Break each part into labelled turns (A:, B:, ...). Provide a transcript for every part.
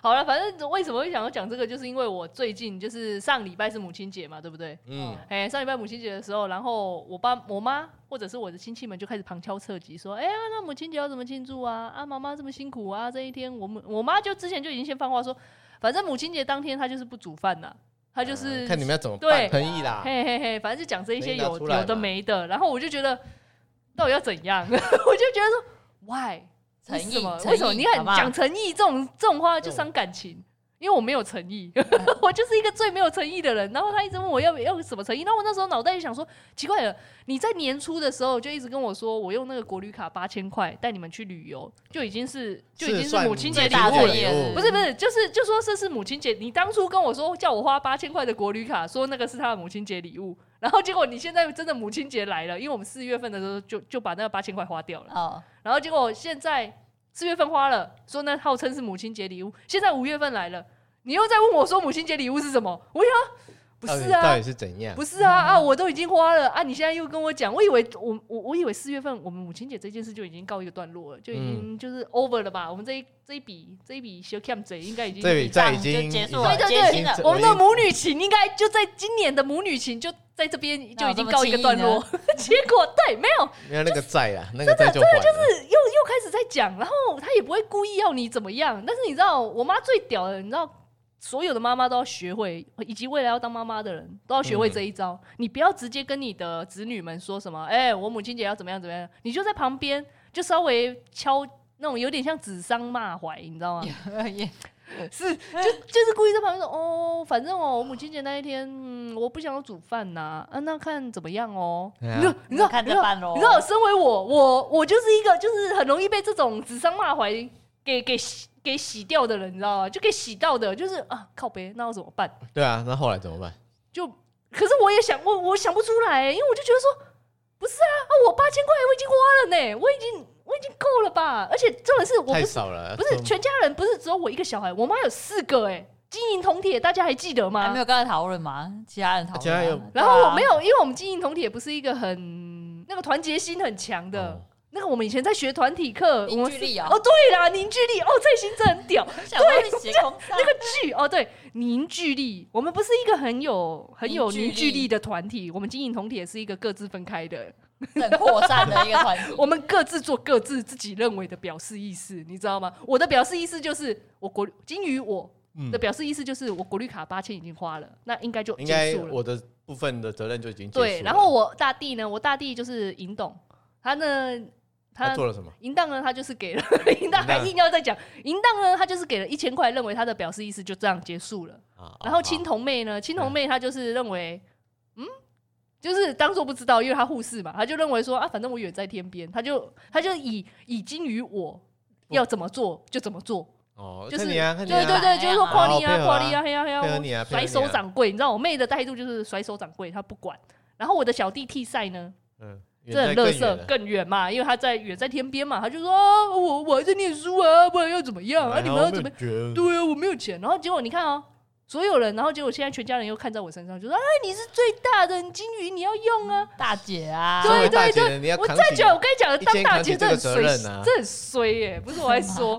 A: 好了，反正为什么会想要讲这个，就是因为我最近就是上礼拜是母亲节嘛，对不对？
B: 嗯，
A: 哎、上礼拜母亲节的时候，然后我爸、我妈或者是我的亲戚们就开始旁敲侧击说：“哎、呀，那母亲节要怎么庆祝啊？啊，妈妈这么辛苦啊，这一天我们我妈就之前就已经先放话说，反正母亲节当天她就是不煮饭呐，她就是、
B: 嗯啊看你们要怎么办，
A: 对
B: 盆意啦。
A: 嘿嘿嘿，反正就讲这一些
B: 没拿
A: 有
B: 出来嘛
A: 有的没的，然后我就觉得到底要怎样？ 我就觉得说，why
C: 诚
A: 为
C: 意
A: 什么？
C: 诚
A: 为什么？
C: 意
A: 你
C: 好
A: 看
C: 不好
A: 讲诚意这种这种话就伤感情，因为我没有诚意， 我就是一个最没有诚意的人。然后他一直问我要要什么诚意，那我那时候脑袋就想说，奇怪了，你在年初的时候就一直跟我说，我用那个国旅卡八千块带你们去旅游，就已经是就已经是
B: 算
A: 母亲节
C: 最
A: 礼
C: 大
A: 物
C: 的
A: 了
C: 礼。物
A: 不是不是，就是就说这是母亲节。你当初跟我说叫我花八千块的国旅卡，说那个是他的母亲节礼物，然后结果你现在真的母亲节来了，因为我们四月份的时候就就把那个八千块花掉了，
C: 哦，
A: 然后结果现在四月份花了，说那号称是母亲节礼物，现在五月份来了，你又在问我说母亲节礼物是什么？我想不
B: 到底
A: 是
B: 到
A: 啊
B: 底，是怎样？
A: 不是啊啊，我都已经花了啊，你现在又跟我讲，我以为我我我以为四月份我们母亲节这件事就已经告一个段落了，就已经就是 over 了吧？我们这一这一笔这一笔小 cam 贼应该已经
B: 这里
C: 这
B: 在
C: 样
B: 已经
C: 就结束
B: 已
C: 了
B: 经
A: 对对对
B: 已经
C: 结束
A: 我们的母女情应该就在今年的母女情就在这边就已经告一个段落， 结果对没有
B: 没有那个在啦，那个在就还了。
A: 又又开始在讲，然后他也不会故意要你怎么样，但是你知道我妈最屌的，你知道。所有的妈妈都要学会，以及未来要当妈妈的人都要学会这一招。你不要直接跟你的子女们说什么，哎、我母亲节要怎么样怎么样，你就在旁边就稍微敲那种有点像指桑骂槐，你知道吗？
C: 也
A: 是，就就是故意在旁边说哦，反正哦，我母亲节那一天，嗯，我不想要煮饭呐、啊，那看怎么样哦。
B: 对啊
A: 你知道，你知道，
C: 看
A: 你知
C: 着
A: 道，
C: 办喽。
A: 你知道，身为我，我我就是一个就是很容易被这种指桑骂槐给给洗给洗掉的人，你知道吗？就给洗到的，就是啊，靠北，那要怎么办？
B: 对啊，那后来怎么办？
A: 就可是我也想，我我想不出来、因为我就觉得说，不是啊，啊，我八千块我已经花了呢，我已经我已经够了吧？而且重点是，我
B: 太
A: 不是
B: 少了，
A: 不是
B: 啊这
A: 全家人，不是只有我一个小孩，我妈有四个哎、金银铜铁，大家还记得
C: 还
A: 吗
C: 啊没？有跟他讨论吗？其他人讨论啊。
B: 其他人有
C: 对啊
A: 然后我没有，因为我们金银铜铁不是一个很那个团结心很强的。
B: 哦
A: 那个我们以前在学团体课，我
C: 凝
A: 们
C: 聚
A: 是
C: 力哦
A: 哦对啦，凝聚力哦，蔡心真的很屌，
C: 我想帮你写空上
A: 那个聚哦对，凝聚力，我们不是一个很有很有
C: 凝聚力
A: 凝聚力的团体，我们金银铜铁是一个各自分开的，
C: 很扩散的一个团 体。
A: 我们各自做各自自己认为的表示意思，你知道吗？我的表示意思就是我国金鱼我
B: 嗯
A: 的表示意思就是我国旅卡八千已经花了，那应该就
B: 应
A: 结
B: 该
A: 束了。
B: 我的部分的责任就已经结束了。
A: 对，然后我大弟呢，我大弟就是尹董，他呢，
B: 他
A: 他
B: 做了什么？
A: 淫荡呢，他就是给了 淫荡，还
B: 淫荡
A: 硬要再讲淫荡呢，他就是给了一千块，认为他的表示意思就这样结束了。
B: 啊
A: 然后青铜妹呢，青铜妹她就是认为，嗯，就是当做不知道，因为她护士嘛，她就认为说啊，反正我远在天边，她就她就以以金于我
B: 不
A: 要怎么做就怎么做，
B: 哦，
A: 就是
B: 看你啊，看你
A: 对
B: 啊，
A: 对对，就是说
C: 哎呀
A: 夸你
B: 好配
A: 啊，
B: 合
A: 夸
B: 啊
A: 你啊，嘿呀嘿呀，
B: 配合
A: 我
B: 你啊，配合
A: 甩
B: 你啊
A: 手，掌柜，你知道我妹的态度就是甩手掌柜，她不管。然后我的小弟替赛呢，
B: 嗯，
A: 这很
B: 远
A: 乐
B: 在更
A: 色
B: 远了
A: 更远嘛，因为他在远在天边嘛，他就说、啊、我我还在念书啊，不然要怎么样啊？
B: 哎
A: 你
B: 呀
A: 们
B: 我
A: 要
B: 没
A: 怎么
B: 有？觉得
A: 对啊，我没有钱。然后结果你看哦，所有人，然后结果现在全家人又看在我身上，就说：“哎，你是最大的，你金鱼你要用啊
C: 大姐啊，
A: 对
B: 身为
A: 对
B: 大
A: 对
B: 姐的你！”要
A: 我
B: 扛
A: 再
B: 起
A: 觉得我跟你讲，当大姐
B: 一肩扛起这
A: 很
B: 个
A: 衰
B: 责，任啊
A: 这很衰耶、不是我还 说。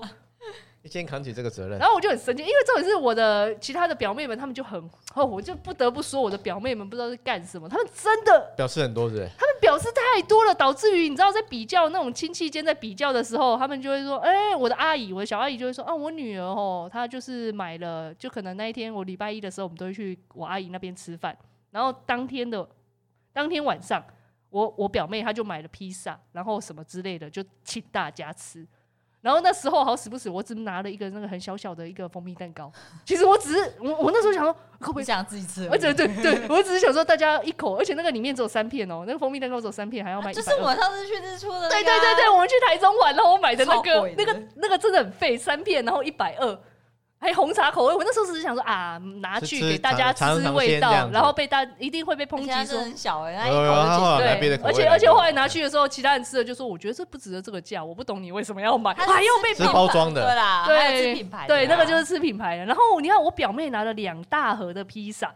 B: 一肩扛起这个责任
A: 然。后我就很生气，因为这种是我的其他的表妹们，她们就很哦，我就不得不说我的表妹们不知道是干什么，她们真的
B: 表示很多是不是，
A: 他们表示太多了，导致于你知道，在比较那种亲戚间在比较的时候，他们就会说：“哎、我的阿姨，我的小阿姨就会说，啊，我女儿哦，她就是买了，就可能那一天我礼拜一的时候，我们都会去我阿姨那边吃饭，然后当天的当天晚上，我我表妹她就买了披萨，然后什么之类的，就请大家吃。然后那时候好死不死，我只拿了一个那个很小小的一个蜂蜜蛋糕。其实我只是我我那时候想说， 可不可
C: 不
A: 以
C: 想自己吃而
A: 而
C: 已。
A: 且对对，我只是想说大家一口，而且那个里面只有三片哦，那个蜂蜜蛋糕只有三片，还要买
C: 啊
A: 120、
C: 就是我上次去日出的那个啊，
A: 对对对对，我们去台中玩，然后我买的那
C: 超
A: 个
C: 贵的
A: 那个那个真的很费，三片然后一百二，还有红茶口味，我那时候只是想说啊，拿
B: 吃
A: 去
B: 吃
A: 给大家吃
B: 尝
A: 吃
B: 尝
A: 味
B: 鲜
A: 道
B: 这样，子
A: 然后被大一定会被抨
C: 而且它
A: 击
C: 真
A: 说
C: 的很小哎、欸，它一
B: 有有他
C: 口
B: 后
C: 就
B: 来
C: 解
B: 拿别的口啊
A: 而
B: 味
A: 且
B: 来
A: 而且
B: 做
A: 后来拿去的时候，其他人吃了就说：“我觉得这不值得这个价，我不懂你为什么要买，
C: 它
A: 还要被
C: 吃
B: 是包装
C: 对
B: 的，
C: 啦，
A: 对
C: 还有吃品牌的啦
A: 对那个就是吃品牌的。”然后你看我表妹拿了两大盒的披萨，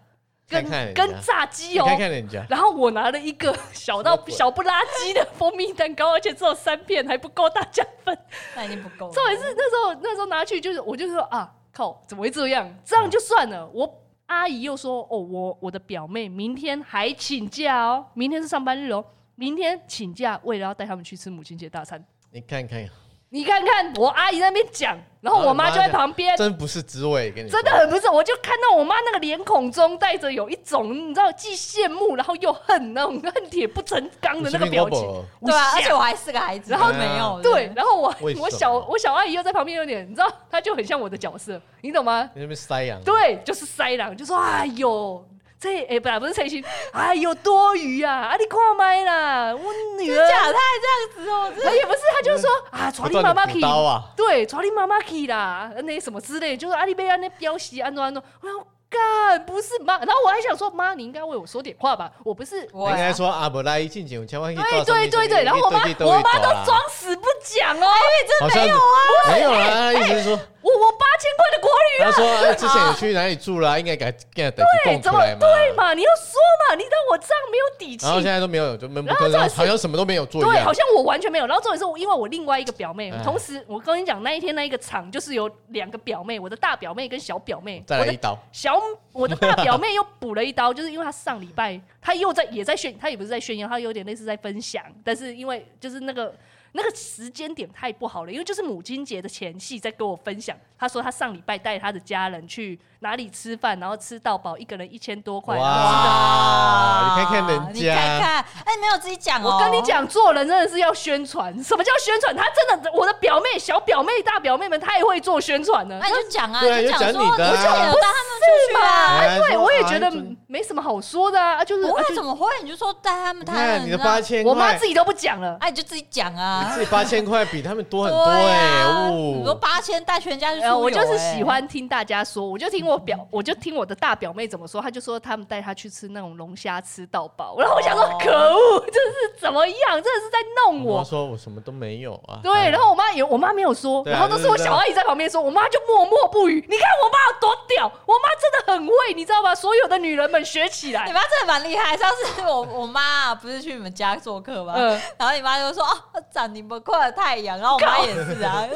A: 跟
B: 看看人家
A: 跟炸鸡
B: 你
A: 哦，
B: 看看人家，
A: 然后我拿了一个小
B: 什么
A: 到
B: 鬼
A: 小不拉几的蜂蜜蛋糕，而且只有三片，还不够大家分。
B: 哦
C: 那已经不够了。
A: 重点是那时候那时候拿去就是，我就说啊，靠，怎么会这样？这样就算了。我阿姨又说，哦，我我的表妹明天还请假哦，明天是上班日哦，明天请假，为了要带他们去吃母亲节大餐。
B: 你看看，
A: 你看看我阿姨在那边讲，然后我妈就在旁 边，
B: 真不是滋味，跟你说
A: 真的很不是，我就看到我妈那个脸孔中带着有一种你知道既羡慕然后又恨那种恨铁不成钢的那个表情，，
C: 对啊，
A: 无
C: 而
A: 暇
C: 且 我还是个孩子，
A: 然后
C: 没有
A: 对，然后我
B: 为什么
A: 我小我小阿姨又在旁边有点，你知道，她就很像我的角色，你懂吗？
B: 你那边塞羊，
A: 对，啊就是塞狼，就说哎呦。这哎、本来不是蔡心，哎呦多余啊！啊你看麦啦，我女儿
C: 真，假的他还这样子哦，
A: 她也不是，她就说啊，传
B: 不
A: 你
B: 断
A: 妈妈
B: 的
A: 去
B: 补，刀啊，
A: 对，传你妈妈去啦，那什么之类，就是阿里贝安那标识安装安装，我要干不是妈，然后我还想说妈，你应该为我说点话吧，我不是
B: 你
C: 我
B: 应该说阿伯来进前，千万可以
A: 对对对对，然后我妈我妈都装死不讲哦，
B: 啊哎好像没有啊，没有啦，他的意思是 说，
A: 哎我我八千块的国旅
B: 他说哎之前也去哪里住了啊，应该给他给他等级
A: 费
B: 供
A: 怎
B: 出
A: 么
B: 来嘛，
A: 对嘛？你要说嘛，你让我这样没有底气
B: 然。后现在都没有，就闷不
A: 然后
B: 吭
A: 重点
B: 声，
A: 是
B: 好像什么都没有做一
A: 对，
B: 样
A: 好，像我完全没有。然后重点是我，因为我另外一个表妹
B: 哎，
A: 同时我跟你讲，那一天那一个场就是有两个表妹，我的大表妹跟小表妹。
B: 再
A: 我
B: 来一
A: 的
B: 刀，
A: 小我的大表妹又补了一刀，就是因为她上礼拜她又在也在炫，她也不是在炫耀，她有点类似在分享，但是因为就是那个那个时间点太不好了，因为就是母亲节的前夕在跟我分享，她说她上礼拜带她的家人去哪里吃饭，然后吃到饱，一个人一千多块，然后吃到
B: 哇，你看看人
C: 你看
B: 家，
C: 看，哎，没有自己讲哦。
A: 我跟你，讲，做人真的是要宣传。什么叫宣传？他真的，我的表妹、小表妹、大表妹们太会做宣传了
C: 那。你就讲啊，
B: 对啊
C: 你
B: 就
C: 讲
B: 讲你
C: 说
B: 的啊
C: 你就没有带他们出去啊。
B: 哎
A: 对，
B: 说
A: 我也
B: 啊
A: 觉得
B: 真
A: 没什么好说的啊，啊就是
C: 不
A: 啊
C: 会
A: 就
C: 怎么会？你就说带他们，
B: 你
C: 带他
B: 看
C: 们，
B: 哎你的八千块，
A: 啊我妈自己都不讲了。
C: 哎，你就自己讲
B: 你
C: 啊。
B: 自己八千块比他们多很多
C: 对
B: 哎、
C: 啊
B: 哦
C: 你说八千带全家去出
A: 然
C: 游，
A: 呃后我就是
C: 哎
A: 喜。欢听大家说，我就听我表，我就听我的大表妹怎么说，她就说他们带她去吃那种龙虾，吃到饱。 然后我想说
C: 哦，
A: 可恶，这是怎么样？真的是在弄
B: 我妈
A: 我。
B: 说我什么都没有啊。
A: 对，然后我妈也，我妈没有说，
B: 对啊
A: 然后都是我小阿姨在旁边说，我妈就默默不语。你看我妈有多屌，我妈真的很会，你知道吗？所有的女人们学起来
C: 你。妈真的蛮厉害。上次我我妈啊不是去你们家做客吗？
A: 嗯
C: 然后你妈就说：“哦，长你们快的太阳。”然后我妈也是啊，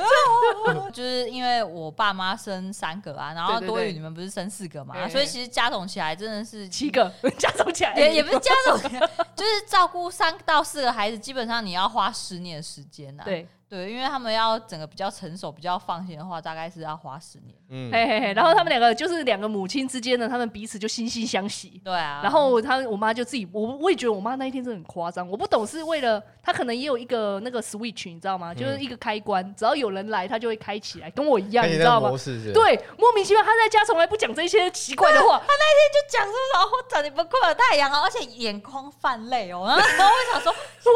C: 就是因为我爸妈生三个啊，然后
A: 对对
C: 多
A: 对
C: 余你们不是生四个嘛，
A: 对
C: 所以其实加总起来真的是
A: 七个哎加总起来
C: 也也不是加 总起来，就是照顾三到四个孩子，基本上你要花十年的时间呐、啊。
A: 对，
C: 对，因为他们要整个比较成熟、比较放心的话，大概是要花十年。
B: 嗯，
A: 嘿嘿嘿。然后他们两个就是两个母亲之间呢，他们彼此就惺惺相惜。
C: 对啊，
A: 然后他我妈就自己，我我也觉得我妈那一天真的很夸张，我不懂是为了她可能也有一个那个 switch，你知道吗？就是一个开关，只要有人来，她就会开起来，跟我一样，
B: 看
A: 你
B: 你
A: 知道
B: 那
A: 吗
B: 模？式是，，
A: 对，莫名其妙，她在家从来不讲这些奇怪的 话，
C: 就讲说然后长你们快的太阳啊，而且眼眶泛泪哦。然后然后我想说，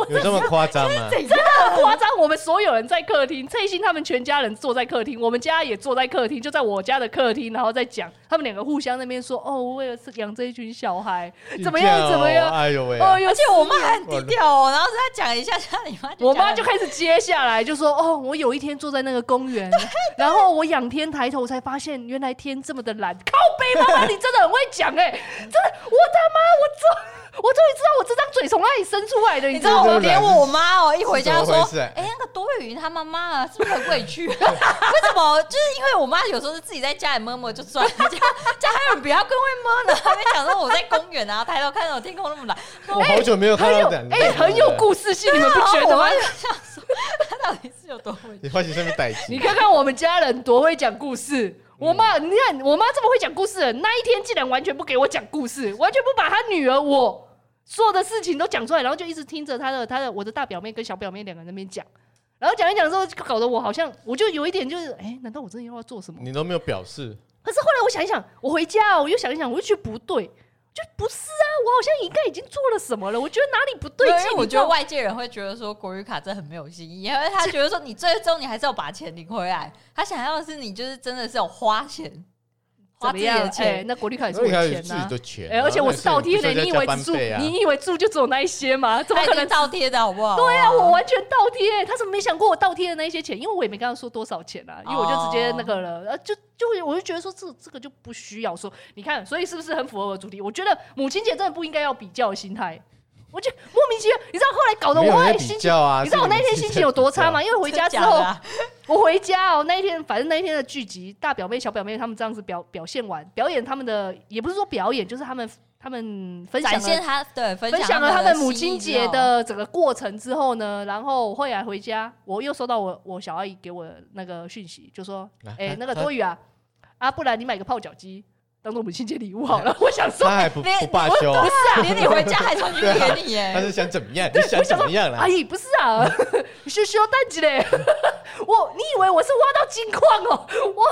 B: 有这么夸张吗？
C: 怎
A: 很夸张。我们所有人在客厅，蔡欣他们全家人坐在客厅，我们家也坐在客厅，就在我家的客厅，然后再讲，他们两个互相那边说，哦，为了养这一群小孩， 怎么样
B: 你这
A: 怎么样
B: 哦哎呦喂、
A: 哦，
C: 而
A: 而
C: 且我妈还很低调哦，然后再讲一下，下你妈
A: 我妈就
C: 讲
A: 开始接下来就说：“哦，我有一天坐在那个公 园，然后我仰天抬头才发现，原来天这么的蓝。 靠背妈妈，你真的很会讲哎、真的，我他妈，我终我 终于知道我这张嘴从哪里生出来的，你
C: 你
A: 知
C: 知
A: 道
C: 道
A: 吗？
C: 我连我妈哦，一回家
B: 是
C: 就说
B: 怎么回事，
A: 啊
C: 哎、那个多瑞云她妈妈啊， 是不是很委屈？为什么？就是因为我妈有时候是自己在家里摸摸就算了，家 家还有人比她更会摸呢。还没讲说我在公园啊，抬头看到天空那么蓝，
B: 我好久没有看
A: 很有
B: 到这样子
A: 哎、很有故事性，你们不觉 得
C: 然后我
A: 吗
C: 妈？就想说，她到底是有多委屈？
B: 你发起这边逮
A: 你
B: 鸡，
A: 看看我们家人多会讲故事。”我妈，
C: 嗯
A: 你看我妈这么会讲故事的，那一天竟然完全不给我讲故事，完全不把她女儿我做的事情都讲出来，然后就一直听着她的她的我的大表妹跟小表妹两个人在那边讲，然后讲一讲之后，就搞得我好像我就有一点就是，哎、难道我真的要做什么？
B: 你都没有表示，
A: 可是后来我想一想，我回家、哦，我又想一想，我就觉得不对，就不是啊，我好像应该已经做了什么了，我觉得哪里不对
C: 因
A: 劲
C: 为。我
A: 你知
C: 觉
A: 道
C: 得外界人会觉得说国语卡真的很没有新意，因为他觉得说你最终你还是要把钱领回来，他想要的是你就是真的是有花钱，花
A: 怎么
C: 自己
A: 样
C: 的？
A: 哎
C: 钱，
A: 那国旅卡也是
B: 所
A: 我
B: 以还
A: 的
B: 有
A: 钱
B: 自己
A: 呐、
B: 的钱啊，
A: 哎，而且我
B: 那
A: 是
B: 是
A: 倒贴
B: 不
A: 的，
B: 是在
A: 你以
B: 加
A: 为
B: 班
A: 住，
B: 费啊
A: 你以为住就只有那一些吗？哎怎么
C: 他
A: 可
C: 已
A: 能
C: 经倒贴的好不好？
A: 对啊，我完全倒贴，他怎么没想过我倒贴的那一些钱？因为我也没跟他说多少钱啊，因为我就直接那个
C: 哦
A: 了，呃，就就我就觉得说这这个就不需要说，你看，所以是不是很符合我的主题？我觉得母亲节真的不应该要比较的心态，我就莫名其妙，你知道后来搞得
B: 没
A: 我
B: 有
A: 后
B: 在
A: 来
B: 比
A: 心情。
B: 较啊，
A: 你知道我那天心情有多差吗？
B: 是
A: 因为回家之
C: 真假
A: 后
C: 的，啊
A: 我回家哦，那一天反正那一天的剧集，大表妹、小表妹他们这样子表表现完，表演他们的也不是说表演，就是他们他们分享
C: 展
A: 了
C: 现他对分
A: 分享了他
C: 他
A: 们
C: 的
A: 母
C: 心
A: 亲
C: 意哦
A: 节
C: 之后，
A: 的整个过程之后呢，然后我后来回家，我又收到我我小阿姨给我那个讯息，就说
B: 你啊：“
A: 哎、
B: 他
A: 那个
B: 他
A: 多余啊，啊，不然你买个泡脚机当做母亲节礼物好了。” 我想 说，
B: 他还不
C: 连
B: 不罢休啊，
C: 是啊，连你回家还传去给你
B: 他
C: 耶，
B: 是想怎么样？你想怎么样啦
A: 阿？姨不是啊， 是需要蛋鸡嘞。 我你以为我是挖到金矿哦？ 我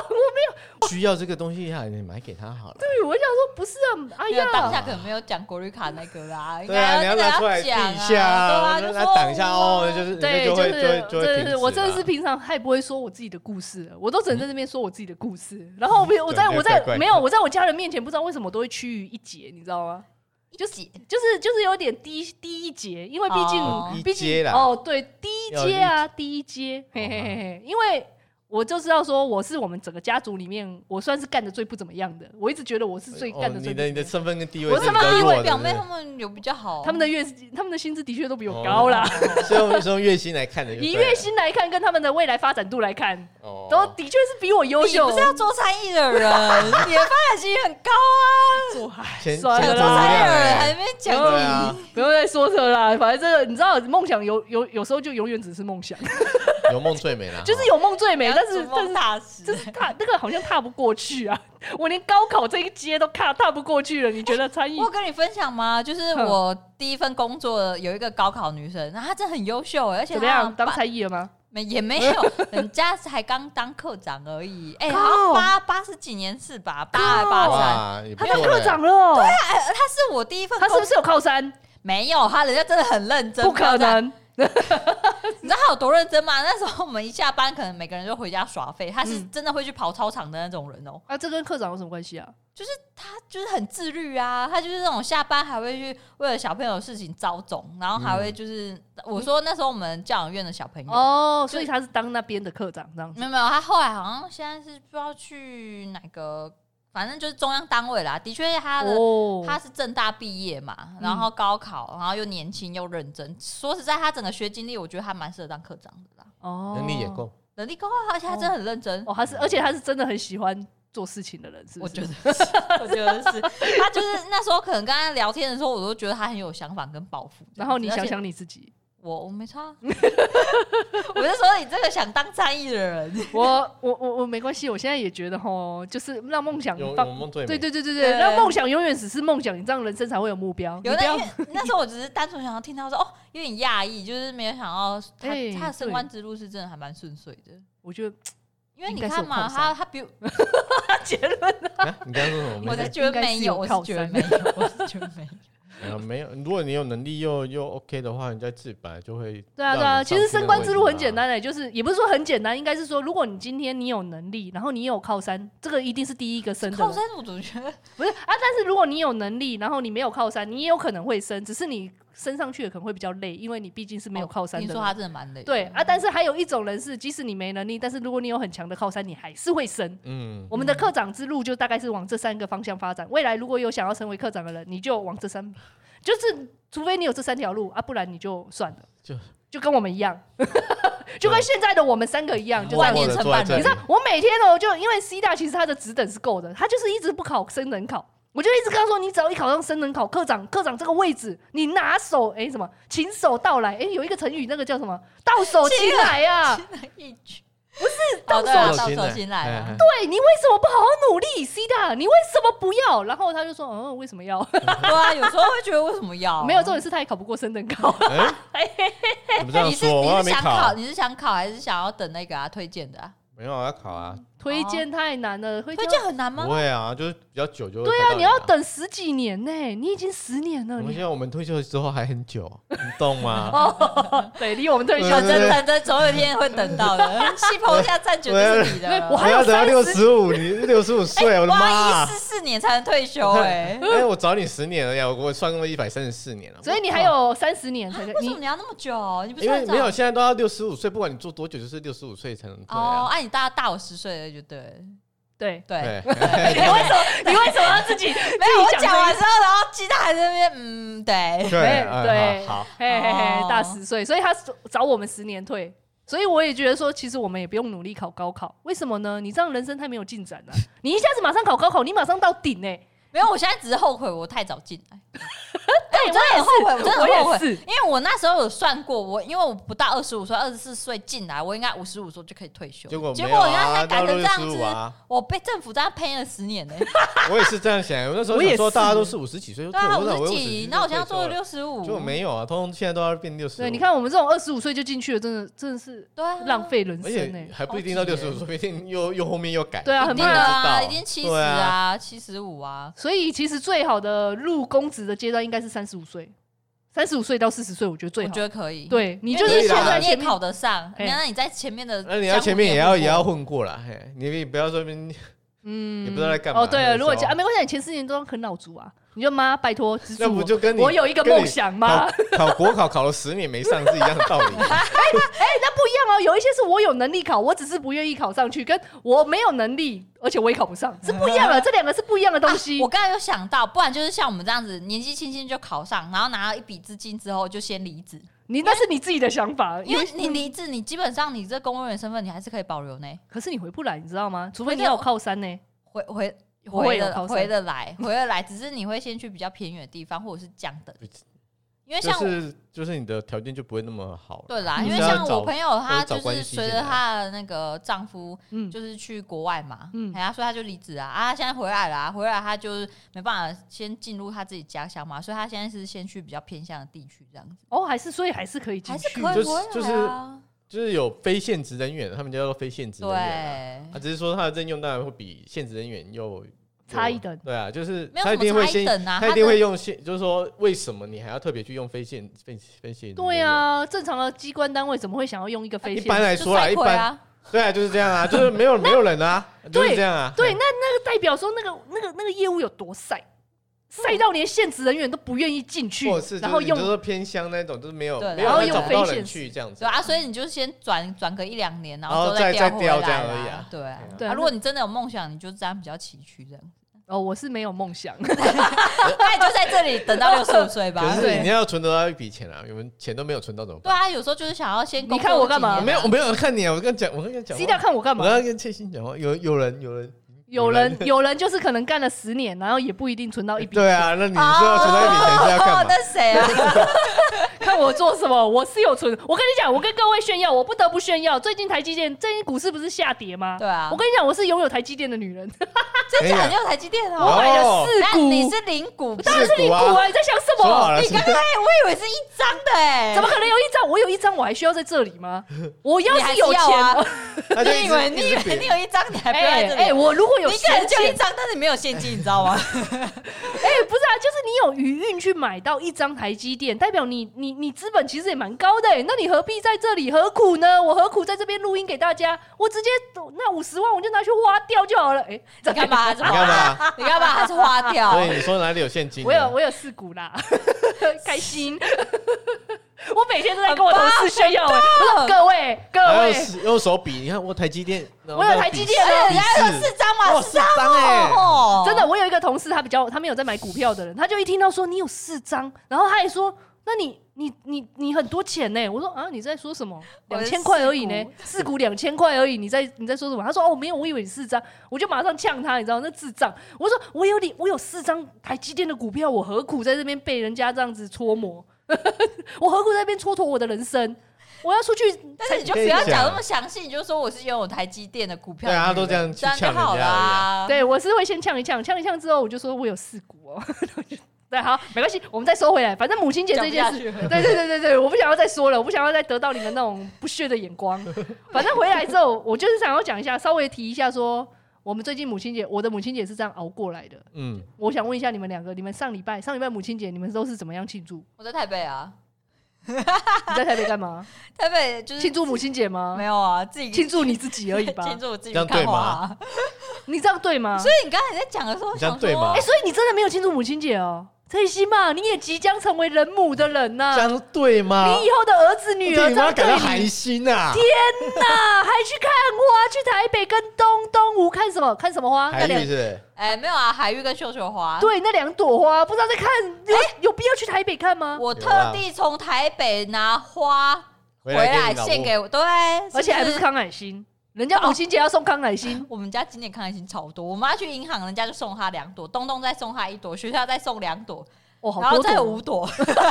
A: 我
B: 需要这个东西啊，你买给他好了。
A: 对我想说不是啊，哎
C: 没有当
A: 呀，
C: 下可能没有讲国旅卡那个啦，应
B: 对啊，
C: 该
B: 你要
C: 跟
B: 拿
C: 大家
B: 出来避
C: 讲啊
B: 一下
C: 对啊，就
B: 来
C: 说
B: 挡一下哦，
C: 哇
B: 就是你
A: 对，
B: 就
A: 就
B: 会
A: 是
B: 就会就会停
A: 对
B: 止
A: 对，
B: 啦。
A: 我真的是平常太不会说我自己的故事了，我都只能在这边说我自己的故事。然后我我在
B: 对怪怪
A: 我在
B: 的
A: 没有我在我家人面前，不知道为什么我都会趋于一截，你知道吗？
C: 就是
A: 就是就是有点低低一节，因为毕竟、
C: 哦
B: 一
A: 毕
B: 阶
A: 竟
B: 啦
A: 哦对低一阶啊低一阶，嘿
B: 哦
A: 嘿嘿嘿，因为我就知道说我是我们整个家族里面我算是干的最不怎么样的，我一直觉得我是最
B: 哦
A: 干的
B: 你
A: 最不怎么
B: 的
A: 样
B: 你的身份跟地位
A: 我
B: 是
A: 是
B: 比较
C: 因
B: 弱
C: 为
B: 的。
C: 表妹
B: 对
C: 他
B: 不
C: 们有比较好，
A: 他们的月他们的薪资的确都比我高啦，
B: 对 是用是用月薪来看哦的就对啊了，
A: 以月薪来看跟他们的未来发展度来看，
B: 哦
A: 都的确是比我优
C: 你
A: 秀。哦
C: 不是要做餐饮的人，你的发展性很高啊，
A: 做海
B: 前前途无
A: 算了
C: 做餐饮的
B: 量
C: 人还
B: 欸。
C: 没
A: 不
C: 讲
A: 要
B: 对啊，
A: 不要再说这了啦，反正这个你知道，梦想有有有时候就永远只是梦想，
B: 有梦最美啦。
A: 就是有梦最
C: 你
A: 美，
C: 要
A: 但是
C: 逐
A: 但
C: 梦
A: 是
C: 踏实，
A: 就是踏那个好像踏不过去啊！我连高考这一阶都踏踏不过去了，你觉得参与
C: 我？跟你分享吗？就是
A: 哼
C: 我第一份工作有一个高考女生，然后她真的很优秀，欸而且
A: 怎么
C: 她
A: 样？当才艺了吗？
C: 没也没 有，人家才刚当科长而已。哎、
A: 靠
C: 好像八八十几年是吧？八二八三，
B: 哇，哦也不
A: 啊他
B: 错
A: 当
B: 嘞
A: 科长了哦，
C: 哎、她是我第一份
A: 他
C: 工
A: 是不是
C: 作，
A: 有靠山？
C: 没有她，人家真的很认真，
A: 不可
C: 知道在。
A: 能！
C: 你知道她有多认真吗？那时候我们一下班，可能每个人就回家耍废，她是
A: 嗯
C: 真的会去跑操场的那种人哦、
A: 啊，这跟科长有什么关系啊？
C: 就是她就是很自律啊，她就是那种下班还会去为了小朋友的事情招总，然后还会就是、我说那时候我们教养院的小朋
B: 嗯
C: 友，
A: 嗯哦，所以他是当那边的科长这样子。
C: 没有没有，他后来好像现在是不知道去哪个，反正就是中央单位啦。的确，他的、
A: 哦嗯
C: 他是正大毕业嘛，然后高考，然后又年轻又认真。说实在，他整个学经历，我觉得他蛮适合当科长的啦，
A: 哦
B: 能力也够。
C: 能力高啊，而且他真的很认真。
A: 哦，他是，而且他是真的很喜欢做事情的人，是不
C: 我
A: 是
C: 觉？得是， 我觉得是，他就是那时候可能跟他聊天的时候，我都觉得他很有想法跟抱负。
A: 然后你
C: 而且
A: 想想你自己，
C: 我，我没差 啊，我是说你这个想当参议的人，
A: 我我我我没关系，我现在也觉得吼，就是让梦想
B: 有有
A: 放
B: 梦最美，
A: 对对对对
C: 对
A: 对，让梦想永远只是梦想，你这样人生才会有目标。
C: 有
A: 你不
C: 那
A: 要
C: 因为 那时候我只是单纯想要听他说哦，有点讶异，就是没有想到他、
A: 哎
C: 他的升
A: 对
C: 官之路是真的还蛮顺遂的。
A: 我觉得
C: 因为
A: 应
C: 你
A: 该是
C: 看嘛，
A: 有靠
C: 他
A: 山
C: 他比我，
A: 他结论
B: 啊，你刚刚说什么？
C: 我
B: 没
C: 是
B: 事
C: 觉得没有，
A: 应该是有
C: 我是
A: 靠
C: 觉得
A: 山
C: 没有，我是觉得 没有。
B: 呃没有。如果你有能力又又 OK 的话，人家自己本来就会。
A: 对啊对啊，其实升官之路很简。单的、就是也不是说很简单，应该是说，如果你今天你有能力，然后你有靠山，这个一定是第一个升的人。
C: 靠山，我 总觉得
A: 不是啊，但是如果你有能力，然后你没有靠山，你也有可能会升，只是你升上去可能会比较累，因为你毕竟是没有靠山
C: 听
A: 的人。
C: 说他真的蛮累的。
A: 对啊，但是还有一种人是，即使你没能力，但是如果你有很强的靠山，你还是会升。
B: 嗯，
A: 我们的课长之路就大概是往这三个方向发展。未来如果有想要成为课长的人，你就往这三，就是除非你有这三条路啊，不然你就算了，
B: 就
A: 就跟我们一 样，就跟现在的我们三个一样，就这
C: 万
A: 样
B: 我
C: 年
B: 的
C: 承
B: 坐在
C: 办
B: 这里
C: 人
A: 你知道，我每天哦，就因为 C 大其实他的职等是够的，他就是一直不考升等考。我就一直跟他说，你只要一考上升等考，科长科长这个位置，你拿手哎、什么，琴手到来哎、有一个成语，那个叫什么？到手擒来啊！
C: 一 句
A: 到
C: 哦对
A: 手
C: 啊
B: 手
C: 到
B: 心
C: 手
B: 来
C: 心来
B: 哎
C: 啊
B: 哎，
A: 对你为什么不好好努力，C 大？你为什么不要？然后他就说，嗯，为什么要？
C: 对啊，有时候会觉得为什么要啊
A: 没有重点是他也考不过升等考，
B: 哎，怎么这样
C: 你是
B: 说？我
C: 你
B: 还
C: 是
B: 没
C: 想
B: 考，
C: 你是想考还是想要等那个啊推荐的啊？
B: 没有我要考啊，
A: 推荐太难了，推
C: 推荐很难吗哦
B: 不？会啊，就是比较久就会
A: 对
B: 看
A: 啊，
B: 到
A: 你要
B: 啊。
A: 等十几年呢、你已经十年了，
B: 我们
A: 你
B: 现在我们退休之后还很久，你懂吗？
A: 哦对，离我们退休
B: 对
C: 等
B: 对
C: 着等着，总有一天会等到 的。气泡下站绝对是你的
A: 对。我
B: 不
A: 还有
B: 要等到六
A: 30
B: 十五，你六十五岁，我的妈
C: 哎
B: 啊
C: 一！四四年才能退 休哎、
B: 哎，我找你十年了呀，我我算过一百三十四年了。
A: 所以你还有三十年才可
C: 为
A: 你
C: 什么你要那么久？你不是
B: 因为
C: 很早
B: 没有，现在都要六十五岁，不管你做多久，就是六十五岁才能退啊。
C: 哦，啊，你大大我十岁了就对了
A: 对，
C: 对，
B: 对，
A: 你为什么 你为什么要自己
C: 没有我
A: 自己
C: 讲
A: 这
C: 完
A: 个
C: 之后，然后鸡蛋还在那边，嗯，对，
A: 对
B: 对嗯
A: 对
B: 好，好
A: 嘿嘿嘿
C: 哦
A: 大十岁，所以他找我们十年退。所以我也觉得说，其实我们也不用努力考高考，为什么呢？你这样人生太没有进展了、你一下子马上考高考，你马上到顶哎、
C: 没有，我现在只是后悔我太早进 来，
A: 对，
C: 哎我真的很后 悔，我真的很后
A: 我也
C: 悔，
A: 是，
C: 因为我那时候有算过，我因为我不到二十五岁，二十四岁进来，我应该五十五岁就可以退休，
B: 结果
C: 结
B: 没
C: 果
B: 有
C: 我现在
B: 啊，
C: 改
B: 到
C: 成
B: 六
C: 这
B: 十
C: 样
B: 五
C: 子，
B: 啊，
C: 我被政府这样骗了十年 呢、
B: 我也是这样想。我那时候
A: 我也
B: 想说，
A: 是
B: 大家都是五十几岁就
C: 对
B: 退，
C: 啊，
B: 我
C: 五
B: 想
C: 十
B: 我
C: 几，
B: 那
C: 那我现在做了，六十五，
B: 就没有啊，通通现在都要变六十。
A: 对，你，看我们这种二十五岁就进去了，真的真的是
C: 对啊，
A: 浪费人
B: 而
A: 生哎、
B: 且还不一定到
C: 好几
B: 六
C: 耶
B: 十五，说不定又又后面又改。
A: 对啊，
C: 一
A: 很
C: 定
A: 怕
C: 的
A: 啊。
C: 啊，
B: 不知道
C: 一定七十
B: 对
C: 啊，
B: 啊
C: 七十五啊，
A: 所以其实最好的入公职的阶段应该是三十五岁，三十五岁到四十岁，我觉得
C: 我
A: 最好
C: 觉。得可以。，
A: 对你
C: 你
A: 就是
B: 可以
A: 现
B: 啦
A: 在
C: 你也
A: 前面
C: 考得上，
A: 嘿
C: 那你在前面的，
B: 那你要前面也要也要混过啦，嘿，你不要说你
A: 嗯
B: 也不知道在干嘛
A: 哦，对
B: 那
A: 了，
B: 个
A: 如果
B: 时候
A: 啊没关系，你前四年都啃老族啊，你就妈拜托资助
B: 那不
A: 我，
B: 就跟你
A: 我有一个
B: 跟你
A: 梦想吗？哎
B: 考考国考考了十年没上是一样的 道理。
A: 那不一样哦，有一些是我有能力考，我只是不愿意考上去，跟我没有能力，而且我也考不上，是不一样 的，这两个是不一样的东西
C: 啊我。刚才有想到，不然就是像我们这样子，年纪轻轻就考上，然后拿到一笔资金之后就先离职，
A: 你那是你自己的想法，
C: 因
A: 有
C: 为
A: 一些
C: 你离职，你基本上你这公务员身份你还是可以保留呢，
A: 可是你回不来，你知道吗？除非你
C: 可是
A: 要
C: 我
A: 有靠山呢。
C: 回回。
A: 我
C: 回
A: 也有考上
C: 得回得来，回得来，只是你会先去比较偏远的地方，或者是降等，因为
B: 就
C: 像我
B: 是就是你的条件就不会那么好了。
C: 对啦，
B: 你
C: 因为
B: 是要
C: 像我
B: 找
C: 朋友，她
B: 是找
C: 就
B: 关
C: 是
B: 系
C: 随
B: 进
C: 着
B: 来
C: 她的那个丈夫，
A: 嗯，
C: 就是去国外嘛，
A: 嗯
C: 嗯，然后所以她就离职啊，啊，她现在回来啦、回来她就是没办法先进入她自己家乡嘛，所以她现在是先去比较偏向的地区这样子，
A: 哦，还是所以还是可以进
C: 还
A: 去
C: 是可以
B: 就是
C: 回来、啊
B: 就是有非现职人员，他们叫做非现职人员啊。啊，，
C: 对
B: 只是说他的任用当然会比现职人员又
A: 差一等。
B: 对啊，就是
C: 没有
B: 他一
C: 什
B: 定
C: 么
B: 会
C: 差异
B: 先，
C: 等啊，
B: 他一定
C: 的
B: 会用现，就是说为什么你还要特别去用非现非非现？
A: 对，啊，正常的机关单位怎么会想要用一个飞
B: 一
A: 线？
B: 般来
C: 就
B: 说啦，
C: 帅
B: 一
C: 亏
B: 般
C: 啊，
B: 对啊，就是这样啊， 就是没有没有人啊，就是
A: 对
B: 这样啊。
A: 对，那那个代表说那个那个那个业务有多晒，晒到连现职人员都不愿意进去
B: 或者是，
A: 然后
B: 就是你
A: 用
B: 就是说偏乡那种，就是没有
C: 对啦
B: 没
A: 然后
B: 有
A: 用
B: 找不到
A: 非
B: 人
A: 现
B: 去这样子
C: 对啊，所以你就先转转个一两年，然
B: 然后
C: 后之后
B: 再再
C: 调
B: 调
C: 回
B: 这样而
C: 来
B: 已
C: 啦
B: 啊
C: 对啊
A: 对
C: 啊
A: 那
C: 如果你真的有梦想，你就这样比较崎岖这样，
A: 哦，我是没有梦想，
C: 那你就在这里等到六十五岁吧
B: 可。
A: 对啊
B: 是你要存得到一笔钱啊，我们钱都没有存到怎么
C: 对
B: 办？
C: 啊，有时候就是想要先
A: 你
C: 工
A: 看
C: 作
A: 我干
C: 几
A: 嘛
B: 我
C: 年
B: 没有
C: 啊
B: 我没有看你啊，我跟你讲，我跟你讲
A: 低
B: 话，
A: 调看我干
B: 我
A: 嘛
B: 刚？刚跟千欣讲话，有有人有人
A: 有人有人就是可能干了十年，然后也不一定存到哦一笔。哦
B: 对，啊，那你说要存到一笔钱是要干嘛？
C: 哦那谁啊？
A: 看我做什么，我是有存。我跟你讲，我跟各位炫耀，我不得不炫耀，最近台积电，最近股市不是下跌吗？
C: 对啊
A: 我，跟你讲，我是拥有台积电的女人，
B: 真
C: 你很有台积电
A: 我
C: 哦。
A: 买了
B: 哦
A: 四
C: 那
A: 股，
C: 你是零股，
A: 当然是零股
B: 四股
A: 啊！你在想什
B: 说好
A: 么？
B: 了，
C: 你
B: 是
C: 刚才我以为是一张的哎，
A: 怎么可能有一张？我有一张，我还需要在这里 吗？我要
C: 你还
A: 是
C: 是
A: 有
C: 要
A: 钱，
C: 啊
A: 我
B: 他就一直
C: 你以为你
B: 一
C: 以
B: 直比
C: 为你有一张，你还不 要
A: 哎
C: 在这
A: 哎，
C: 里？
A: 我如果有
C: 你可能
A: 闲
C: 就一
A: 钱，
C: 张，但是你没有现金，你知道吗？
A: 哎，不是啊，就是你有余韵去买到一张台积电，代表你你你资本其实也蛮高的欸，那你何必在这里？何苦呢？我何苦在这边录音给大家？我直接那五十万我就拿去花掉就好了。哎，
C: 你干 嘛？
B: 你干嘛？
C: 你干嘛？还是花掉？
B: 所以你说哪里有现金呢？啊
A: 我有我有四股 啦，开心。 我每天都在跟我同事炫耀、欸，我说各位各
B: 还
A: 位
B: 有，手用手比，你看我台积电，
A: 我有台积电
C: 哎，人
B: 比
C: 家有
B: 试
C: 四张嘛，
B: 哇
C: 四张
B: 四张哎
C: 哦，
A: 真的，我有一个同事，他比较他没有在买股票的人，他就一听到说你有四张，然后他还说，那你你你你很多钱呢、我说啊，你在说什么？
C: 我
A: 两
C: 的
A: 千块而已呢，四股两千块而已，你在你在说什么？他说哦，没有，我以为你四张，我就马上呛他，你知道那智障。我说我有你，我有四张台积电的股票，我何苦在这边被人家这样子搓磨？ 我何苦在这边蹉跎我的人生？我要出去，
C: 但是你就不要讲那么详细，你就说我是拥有台积电的股票
B: 对
C: 的女人，
B: 啊他都这样去
C: 这样就
B: 呛人家
C: 好
B: 而已啊
C: 啦。
A: 对我是会先呛一呛，呛一呛之后我就说我有四股哦， 对，好，没关系，我们再说回来。反正母亲节这件事，
C: 事，
A: 对对对对对，我不想要再说了，我不想要再得到你们那种不屑的眼 光。反正回来之后，我就是想要讲一下，稍微提一下说，我们最近母亲节，我的母亲节是这样熬过来的。
B: 嗯，
A: 我想问一下你们两个，你们上礼拜上礼拜母亲节，你们都是怎么样庆祝？
C: 我在台北啊，
A: 你在台北干嘛？
C: 台北就是
A: 庆祝母亲节吗
C: 没？有啊，自己
A: 庆 祝你自己而已吧。
C: 庆祝我自己
B: 这样
C: 去看
B: 对吗
C: 花啊。
A: 你这样对吗？
C: 所以你刚才在讲的时候，我
B: 你这样
C: 想
B: 对吗
A: 哎、
C: 说，
A: 所以你真的没有庆祝母亲节哦，陈以希嘛，你也即将成为人母的人
B: 这
A: 呐、
B: 样对吗？
A: 你以后的儿子女
B: 对
A: 儿
B: 你
A: 这
B: 妈
A: 样对
B: 感到
A: 你
B: 寒心啊！
A: 呐，啊还去看花，去台北跟东东吴看什么？看什么花？那
B: 韩
A: 两
B: 愈是
C: 哎，没有啊，海芋跟绣球花。
A: 对那两朵花，不知道在看，有、有必要去台北看吗？
C: 啊我特地从台北拿花
B: 不是
C: 回
B: 回
C: 来
B: 来给
C: 献
B: 你
C: 给我，对，
A: 而且还不
C: 是
A: 是康乃馨，人
C: 哦
A: 家母亲节要送康乃馨。
C: 我们家今年康乃馨超多，我妈去银行，人家就送她两朵，东东再送她一朵，学校再送两朵，
A: 哦，好
C: 然后
A: 多
C: 再有
A: 朵
C: 五
A: 哦。
C: 朵。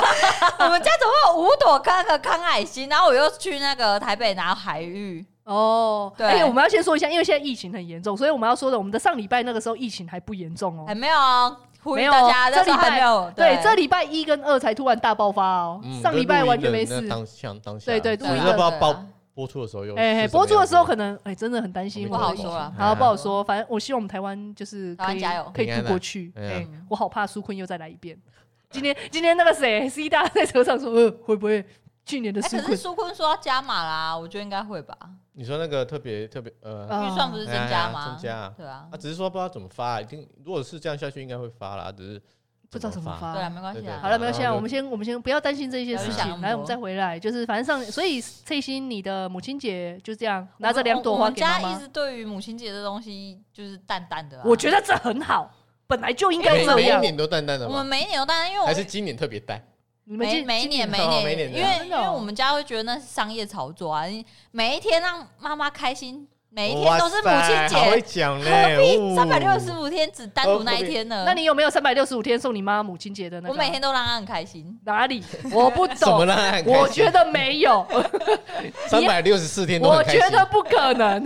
C: 我们家总共有五朵康个康乃馨，然后我又去那个台北拿海芋，
A: 哦，
C: 对
A: 哎、我们要先说一下，因为现在疫情很严重，所以我们要说的，我们的上礼拜那个时候疫情还不严重哦。
C: 还没有啊，呼
A: 没
C: 吁
A: 有哦
C: 大家，
A: 这
C: 那时候
A: 礼拜
C: 还没有，
A: 对，这礼拜一跟二才突然大爆发哦，
B: 嗯
A: 上礼拜完全没
B: 就录
A: 事
B: 音的。那当像当下，
A: 对对录
B: 我
A: 音
B: 们
A: 的
B: 都不知道
C: 对
B: 播
C: 啊
B: 播出的时候又
A: 哎、
B: 是什么
A: 播出的时候
B: 样子
A: 可能哎、真的很担心
B: 我们
A: 我
C: 不好
A: 的
B: 也
C: 说了
B: 嗯
A: 好不好说？反正我希望我们台湾就是
C: 台
A: 可
C: 湾
A: 以
C: 加油
A: 可以
B: 平
A: 度
B: 安啊
A: 过去。哎、
B: 哎呀
A: 我好怕苏坤又再来一遍。今天今天那个谁 C 大在车上说，呃，会不会去年的
C: 哎、
A: 苏
C: 可是
A: 坤？
C: 苏坤说要加码啦，我觉得应该会吧，
B: 你说那个特别特别呃，
A: 啊
C: 预算不是增加吗？
B: 哎呀增加啊
C: 对啊
B: 啊，，只是说不知道怎么发，一定如果是这样下去，应该会发啦，只是
A: 不知道怎么
B: 发。
A: 发。
C: 对啊，没关系
B: 对对
C: 啊。
A: 好了，没关系
B: 然
A: 啊，
B: 后就
A: 我们先我们先不要担心这些事
B: 不要想
C: 那
A: 情，
C: 么
A: 来，我们
C: 多
A: 再回来，就是反正上，所以翠欣你的母亲节就这样
C: 我们
A: 拿着两朵
C: 我
A: 花
C: 们
A: 给妈
C: 家一
A: 妈，
C: 直对于母亲节这东西就是淡淡的、啊。
A: 我觉得这很好，本来就应该
B: 每
A: 这
B: 每一
A: 样。
B: 年都淡淡的
C: 我们
B: 吗？
C: 哎每一年都淡淡，因为我
B: 还是今年特别淡？
A: 你们
C: 每
A: 今
C: 每一
A: 今
C: 年每一
B: 哦
C: 年，
B: 每一年
C: 因为
A: 真
C: 因
A: 的哦
C: 为我们家会觉得那是商业炒作啊，你每一天让妈妈开心，每一天
B: 哇
C: 都是母
B: 塞
C: 亲
B: 好会
C: 节，
B: 讲嘞，
C: 何必
B: 哦
C: 三百六十五天只单独那一天呢？
A: 哦那你有没有三百六十五天送你妈母亲节的那个？
C: 我每天都让她很开心，
A: 哪里？我不
B: 怎么
A: 懂，
B: 让他很开心？
A: 我觉得没有，
B: 三百六十四天都
A: 我
B: 很开心
A: 觉。得不可能。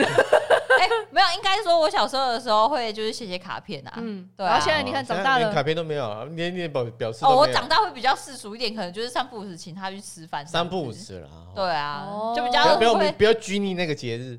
C: 哎，没有，应该说我小时候的时候会就是写写卡片啊，
A: 嗯，
C: 对
A: 然
C: 啊
A: 后。现在你看长
B: 现
A: 大
B: 在连卡
A: 了，
B: 片都没有，连连表表示都
C: 哦，我
B: 没有
C: 长大会比较世俗一点，可能就是三不五时请她去吃饭，
B: 三不五，时了啊。
C: 对啊
A: 哦，
C: 就比
B: 不要
C: 较
B: 不要我
C: 会
B: 们不要拘泥那个节日，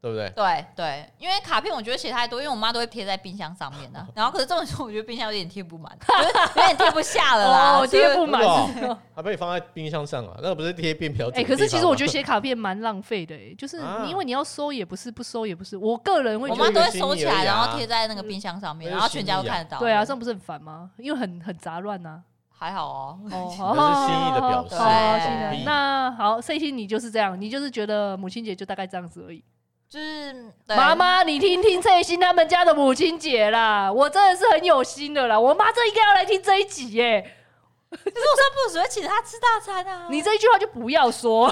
B: 对不对？
C: 对对，因为卡片我觉得写太多，因为我妈都会贴在冰箱上 面的、然后可是这种时候我觉得冰箱有点贴不满， 有点贴不下了啦。
A: 哦，
C: 所以
A: 贴不满
B: 真的哦。
A: 是吗
B: 还被放在冰箱上啊，那不是贴便条纸的
A: 哎，
B: 地方
A: 可
B: 吗？
A: 是其实我觉得写卡片蛮浪费的，哎，就是
B: 啊
A: 你因为你要收也不是，不收也不是，我个人会
C: 我
A: 觉
C: 妈
A: 得。
C: 都会收起
B: 我觉得
C: 来，
B: 是
C: 然后贴在那个冰箱上面，
B: 嗯
C: 然后全家都看得到。
A: 对啊，这样不是很烦吗？因为很很杂乱呐。
C: 还好哦。
A: 哦，
B: 那是心意的表示
A: 好好好好
C: 对
A: 心意
B: 嗯
A: 那好，盛欣你就是这样，你就是觉得母亲节就大概这样子而已。
C: 就是对
A: 妈妈，你听听翠欣他们家的母亲节啦，我真的是很有心的啦，我妈这应该要来听这一集耶。
C: 三不五时会请她吃大餐啊。
A: 你这一句话就不要说，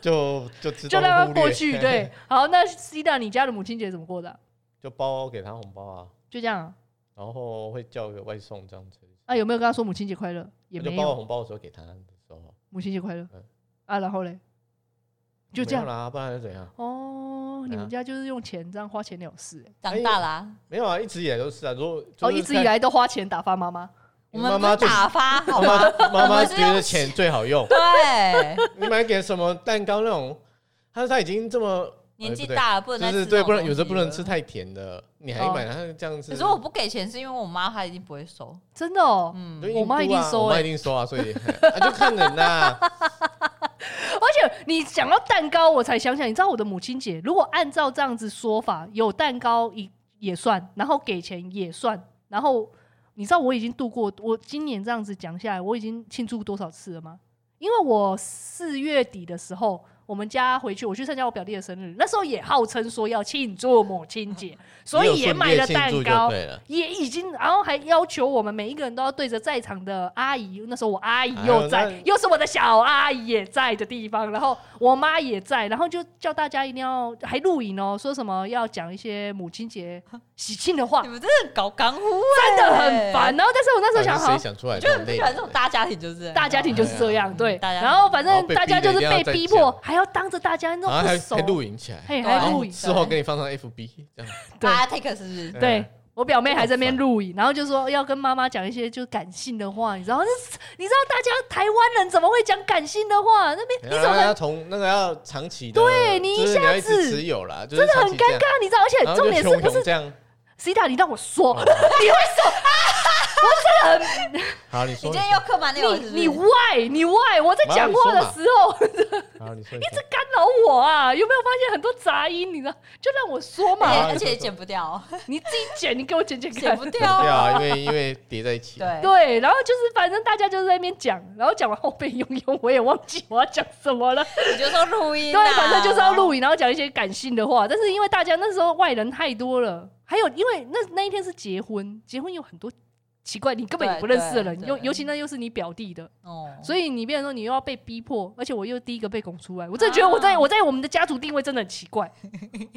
B: 就就自
A: 就
B: 动
A: 让它
B: 忽略
A: 过 去。，对，好，那 C 大，你家的母亲节怎么过的啊、
B: 就包给他红包啊，
A: 就这样啊
B: 然后会叫个外送这样子。
A: 啊？有没有跟他说母亲节快乐？也
B: 我就
A: 没
B: 包我
A: 有，
B: 红包的时候给他的时候，
A: 母亲节快乐
B: 嗯。
A: 啊，然后嘞，就这
B: 没
A: 样
B: 有。啊啦，不然又怎样？
A: 哦，你们家就是用钱这样花钱了事欸、
C: 长大啦、
B: 没有啊，一直以来都是啊。如果
A: 哦，一直以，来都花钱打发妈妈。
C: 我
B: 因为
C: 们
B: 妈
C: 不是
B: 妈就是
C: 打发好
A: 啊
B: 妈
C: 吗？
B: 妈妈
C: 我
B: 妈
C: 们是
B: 觉
C: 用。
B: 得钱最好用
C: 对，
B: 你买给什么蛋糕那种，他说他已经这么
C: 年纪
B: 哎不对
C: 大了不能再
B: 就是
C: 吃这
B: 对，
C: 种
B: 不能
C: 东
B: 有时候
C: 西
B: 不能
C: 了
B: 吃。太甜的，你还
A: 哦
B: 买它这样子。
C: 可是我不给钱是因为我妈她一定不会收。
A: 真的哦，
C: 嗯
B: 就，
A: 我妈一
B: 印度啊
A: 定收
B: 我妈
A: 欸
B: 一定收啊，所以啊就看人 呐。
A: 而且你讲到蛋糕，我才想起来，你知道我的母亲节，如果按照这样子说法，有蛋糕也也算，然后给钱也算，然后你知道我已经度过，我今年这样子讲下来，我已经庆祝多少次了吗？因为我四月底的时候，我们家回去，我去参加我表弟的生日，那时候也号称说要庆祝母亲节，所 以
B: 你有
A: 也
B: 顺
A: 买
B: 便
A: 了
B: 庆
A: 蛋
B: 祝就
A: 糕，
B: 对了。
A: 也已经，然后还要求我们每一个人都要对着在场的阿姨，那时候我阿姨
B: 哎呦
A: 又在，
B: 那
A: 又是我的小阿姨也在的地方，然后我妈也在，然后就叫大家一定要还录影哦，说什么要讲一些母亲节喜庆的话
C: 你，们真的搞港呼、
A: 真
C: 欸，
A: 的很烦。然后，但是我那时候想，
B: 到底
A: 好
B: 谁，想出来
C: 我
B: 这
C: 就
B: 种
C: 很不
B: 类
C: 喜
B: 的
C: 欢这种大家庭，就是啊
A: 大
B: 哎
A: 家庭就是这样，对。
C: 大家
A: 然后反
B: 然
A: 正
B: 后被
A: 大家
B: 逼的
A: 就是
B: 一定
A: 被
B: 要再
A: 逼迫
B: 讲，
A: 还要当着大家那
B: 然后
A: 种
B: 还
A: 不熟
B: 还，录影起来，哦
A: 嘿，
C: 对啊
A: 还
B: 然
A: 录
B: 后
A: 影，
B: 之后给你放上 FB 这样。
A: 对
C: 大家 take 是不是？
A: 对
B: 嗯，
A: 我表妹还在那边录影，然后就说要跟妈妈讲一些就感性的话，你知道？那是你知道大家台湾人怎么会讲感性的话？那边
B: 你
A: 你怎么
B: 要
A: 能
B: 从哎那个要长期的，
A: 对你一
B: 就是要
A: 下
B: 一
A: 子
B: 直持有啦，真
A: 真的很尴尬？你知道？而且
B: 然后
A: 重
B: 就
A: 点是
B: 熊
A: 不
B: 熊
A: 是
B: 这样？
A: Sita？你让 我说，
B: 哦好，你
C: 你
B: 说，
C: 今天又刻板那种，
A: 你你 why 你 why 我在讲话的时候
B: 好，你说，
A: 一直干扰我啊？有没有发现很多杂音？你知道？就让我说
B: 好
A: 嘛，
B: 啊
C: 而且也剪 不掉，
A: 你自己剪，你给我 剪剪
C: 剪
A: 看
C: 不。
B: 对
C: 掉啊，
B: 啊，因为因为叠在一起，，
C: 对，
A: 哦对，然后就是反正大家就在那边讲，然后讲完后被用用，我也忘记我要讲什么了。
C: 你就说录音啊，
A: 对，反正就是要录影，然后讲一些感性的话。但是因为大家那时候外人太多了，还有因为那那一天是结婚，结婚有很多奇怪你根本也不认识的人，
C: 对对
A: 尤
C: 对
A: 尤其那又是你表弟的，
C: 哦，。
A: 所以你变成说你又要被逼迫，而且我又第一个被拱出来，我真的觉得我在、我在我们的家族定位真的很奇怪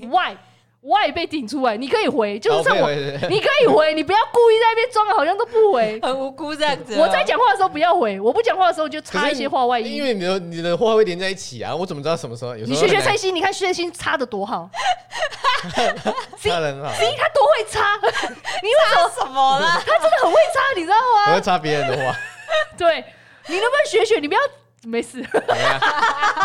A: ，why why 被顶出来？你可以回，就是像哦我，
B: 我，
A: 你可以回，你不要故意在那边装的好像都不回
C: 很无辜这样子。哦
A: 我在，讲话的时候不要回，我不讲话的时候就插一些话外
B: 因
A: 音。
B: 为你的你的话会连在一起啊，我怎么知道什么时候？有时
A: 你
B: 候
A: 学学
B: 很难
A: 蔡心，你看薛心插的多好。
B: 插的很好，
A: 第一，他多会插，
C: 那什么啦？
A: 他真的很会插，你知道
B: 我
A: 吗？
B: 会插别人的 话，
A: 对，你能不能学学？你不要没事，
B: 怎么样？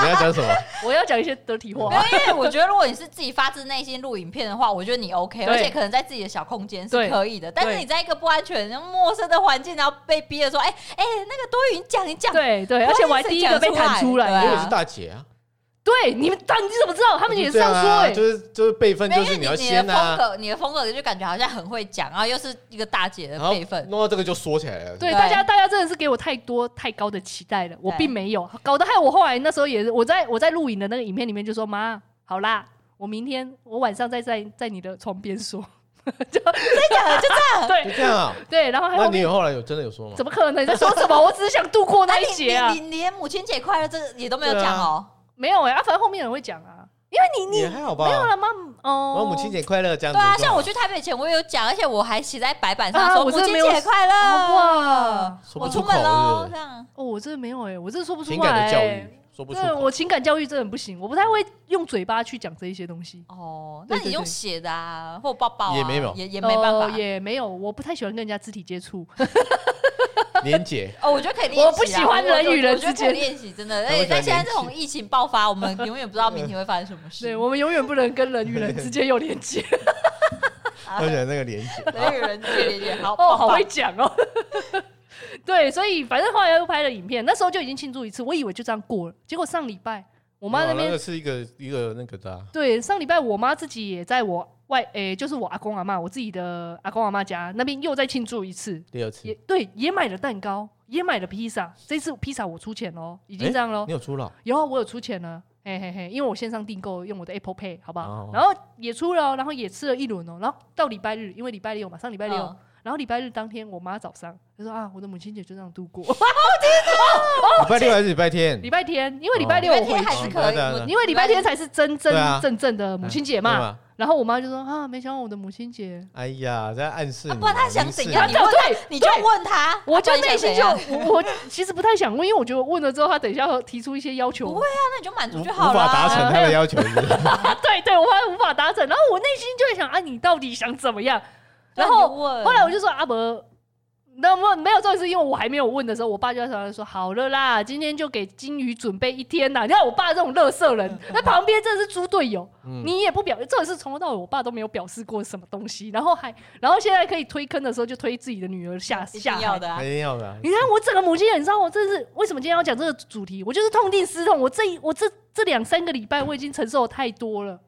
B: 你要讲什么？
A: 我要讲一些得体
C: 没有
A: 话。，
C: 因为我觉得如果你是自己发自内心录影片的话，我觉得你 OK，
A: 对
C: 而且可能在自己的小空间
A: 对
C: 是可以的。但是
A: 对
C: 你在一个不安全、陌生的环境，然后被逼着说：“哎、哎、那个多余，你讲，你讲。”
A: 对对，
C: 不
A: 而
C: 知道
A: 且我还第一个被弹
B: 因
A: 出
C: 是谁讲出
B: 为
C: 来
B: 我
C: 的
B: 是大姐啊，
A: 对，你们当你怎么知道？他们也
B: 就是
A: 这
B: 这
A: 样
B: 样
A: 说
B: 啊，
A: 哎。
B: 就是就是辈分，
C: 没有
B: 就
C: 因
B: 是
C: 为
B: 你
C: 你
B: 要
C: 你
B: 先
C: 的风
B: 啊，
C: 格，你的风格就感觉好像很会讲，然后又是一个大姐的
B: 然后
C: 辈分，
B: 弄到这个就缩起来了。
A: 对
C: 对
A: 大家，大家真的是给我太多太高的期待了，我
C: 对
A: 并没有，搞得害我后来那时候也是，我在我在录影的那个影片里面就说妈，好啦，我明天我晚上再在在你的床边说，
B: 就
A: 就真的就这样，
B: 这样啊。
A: 对对，然后还
B: 那
A: 有
B: 你有后来有真的有说吗？
A: 怎么可能？你在说什么？我只是想度过那
C: 啊
A: 一
C: 你
A: 劫啊
C: 你，你你连母亲节快乐这也都没有
B: 对啊
C: 讲哦、
A: 没有哎、啊，反正后面有人会讲啊，因为你
B: 也
A: 你
B: 还好
A: 没有
B: 吧？
A: 了妈哦，
B: 我母亲节快乐这样子就
C: 对
B: 好。
C: 啊，像我去台北前我也有讲，而且我还写在白板上
A: 啊
C: 说
A: 我
C: 母
A: 真的
C: 亲
A: 没有
C: 节快乐，
A: 哇
B: 说不
C: 我
B: 出
C: 出
B: 口是欸
C: 门喽，
B: 不
C: 这样。
A: 哦，我真的没有哎、我真的说不
B: 是
A: 出
B: 情
A: 来、
B: 感
A: 欸。
B: 的教育说不出
A: 对
B: 口
A: 我。情感教育真的不行，我不太会用嘴巴去讲这一些东西，
C: 哦，
A: 对
C: 那
A: 对
C: 你用
A: 对
C: 写的啊，或抱抱啊
B: 也没有
C: 也也没办法啊
A: 呃。也没有，我不太喜欢跟人家肢体接 触。
B: 连 姐，
C: 哦，我觉得可以练习啊。
A: 我不喜欢人与人
C: 我觉得
A: 之间
C: 可以练习，真的。
B: 我
C: 哎
B: 喜欢，
C: 但现在
B: 练
C: 这
B: 习
C: 种疫情爆发，我们永远不知道明天会发生什么事。
A: 对我们永远不能跟人与人之间有 连接。
B: 我喜欢那个连姐。
C: 人与人之间连接，好
A: 哦，
C: 抱
A: 好
C: 抱
A: 会讲哦。 对，所以反正后来又拍了影片，那时候就已经庆祝一次，我以为就这样过了。结果上礼拜我
B: 我
A: 妈那
B: 那
A: 边
B: 个是一个一个那个的啊，
A: 对，上礼拜我妈自己也在我外，诶、就是我阿公阿妈，我自己的阿公阿妈家那边又再庆祝一次，
B: 第二次
A: 也。对，也买了蛋糕，也买了披萨。这次披萨我出钱喽，已经这样喽
B: 你。有出了？
A: 然后我有出钱了，嘿嘿嘿，因为我线上订购用我的 Apple Pay，好不好
B: 哦？
A: 然后也出了哦，然后也吃了一轮哦。然后到礼拜日，因为礼拜六嘛，上礼拜六，
C: 嗯
A: 然后礼拜日当天，我妈早上就说啊，我的母亲节就这样度过。
B: 礼拜六还是礼拜天？
A: 礼拜天，因为礼拜六
C: 礼
A: 我
C: 拜
A: 回嗯
C: 天还
A: 去
C: 是
B: 去
C: 可
B: 对
C: 以
B: 啊对啊
C: 我，
A: 因为礼拜天才是真真
B: 哦对啊
A: 正正的母亲节
B: 对啊
A: 嘛，
B: 嘛？
A: 然后我妈就说啊，没想到我的母亲节
B: 哎呀，在暗示你
C: 啊
B: 啊。
C: 不然他想
B: 明示
C: 怎
B: 你
C: 样？
A: 你
C: 你问
A: 对
C: 他，你就
A: 对
C: 问他。
A: 我
C: 啊
A: 就
C: 不然你
A: 内
C: 想
A: 心
C: 怎
A: 就
C: 样
A: 我我其实不太想问，因为我觉得问了之后，他等一下提出一些要求，
C: 不会啊那你就满
B: 无
C: 足
B: 无
C: 就好
B: 法
C: 了
B: 达
C: 啊。
B: 成他的要求，是不是
A: 对对，我还无法达成。然后我内心就会想啊，你到底想怎么样？
C: 对
A: 然
C: 啊
A: 后
C: 你就问
A: 后来我就说阿伯，那么没有这个是因为我还没有问的时候，我爸就在旁边说好了啦，今天就给金鱼准备一天啦。你看我爸这种乐色人，
C: 嗯
A: 那旁边真的是猪队友，
B: 嗯
A: 你也不表，这种是从头到尾我爸都没有表示过什么东西，然后还然后现在可以推坑的时候就推自己的女儿下
C: 一
A: 下
C: 定
A: 海
C: 要的啊
B: 他一。定要的啊。
A: 你看我整个母亲节，你知道我这是为什么今天要讲这个主题？我就是痛定思痛，我这一我这这两三个礼拜我已经承受太多了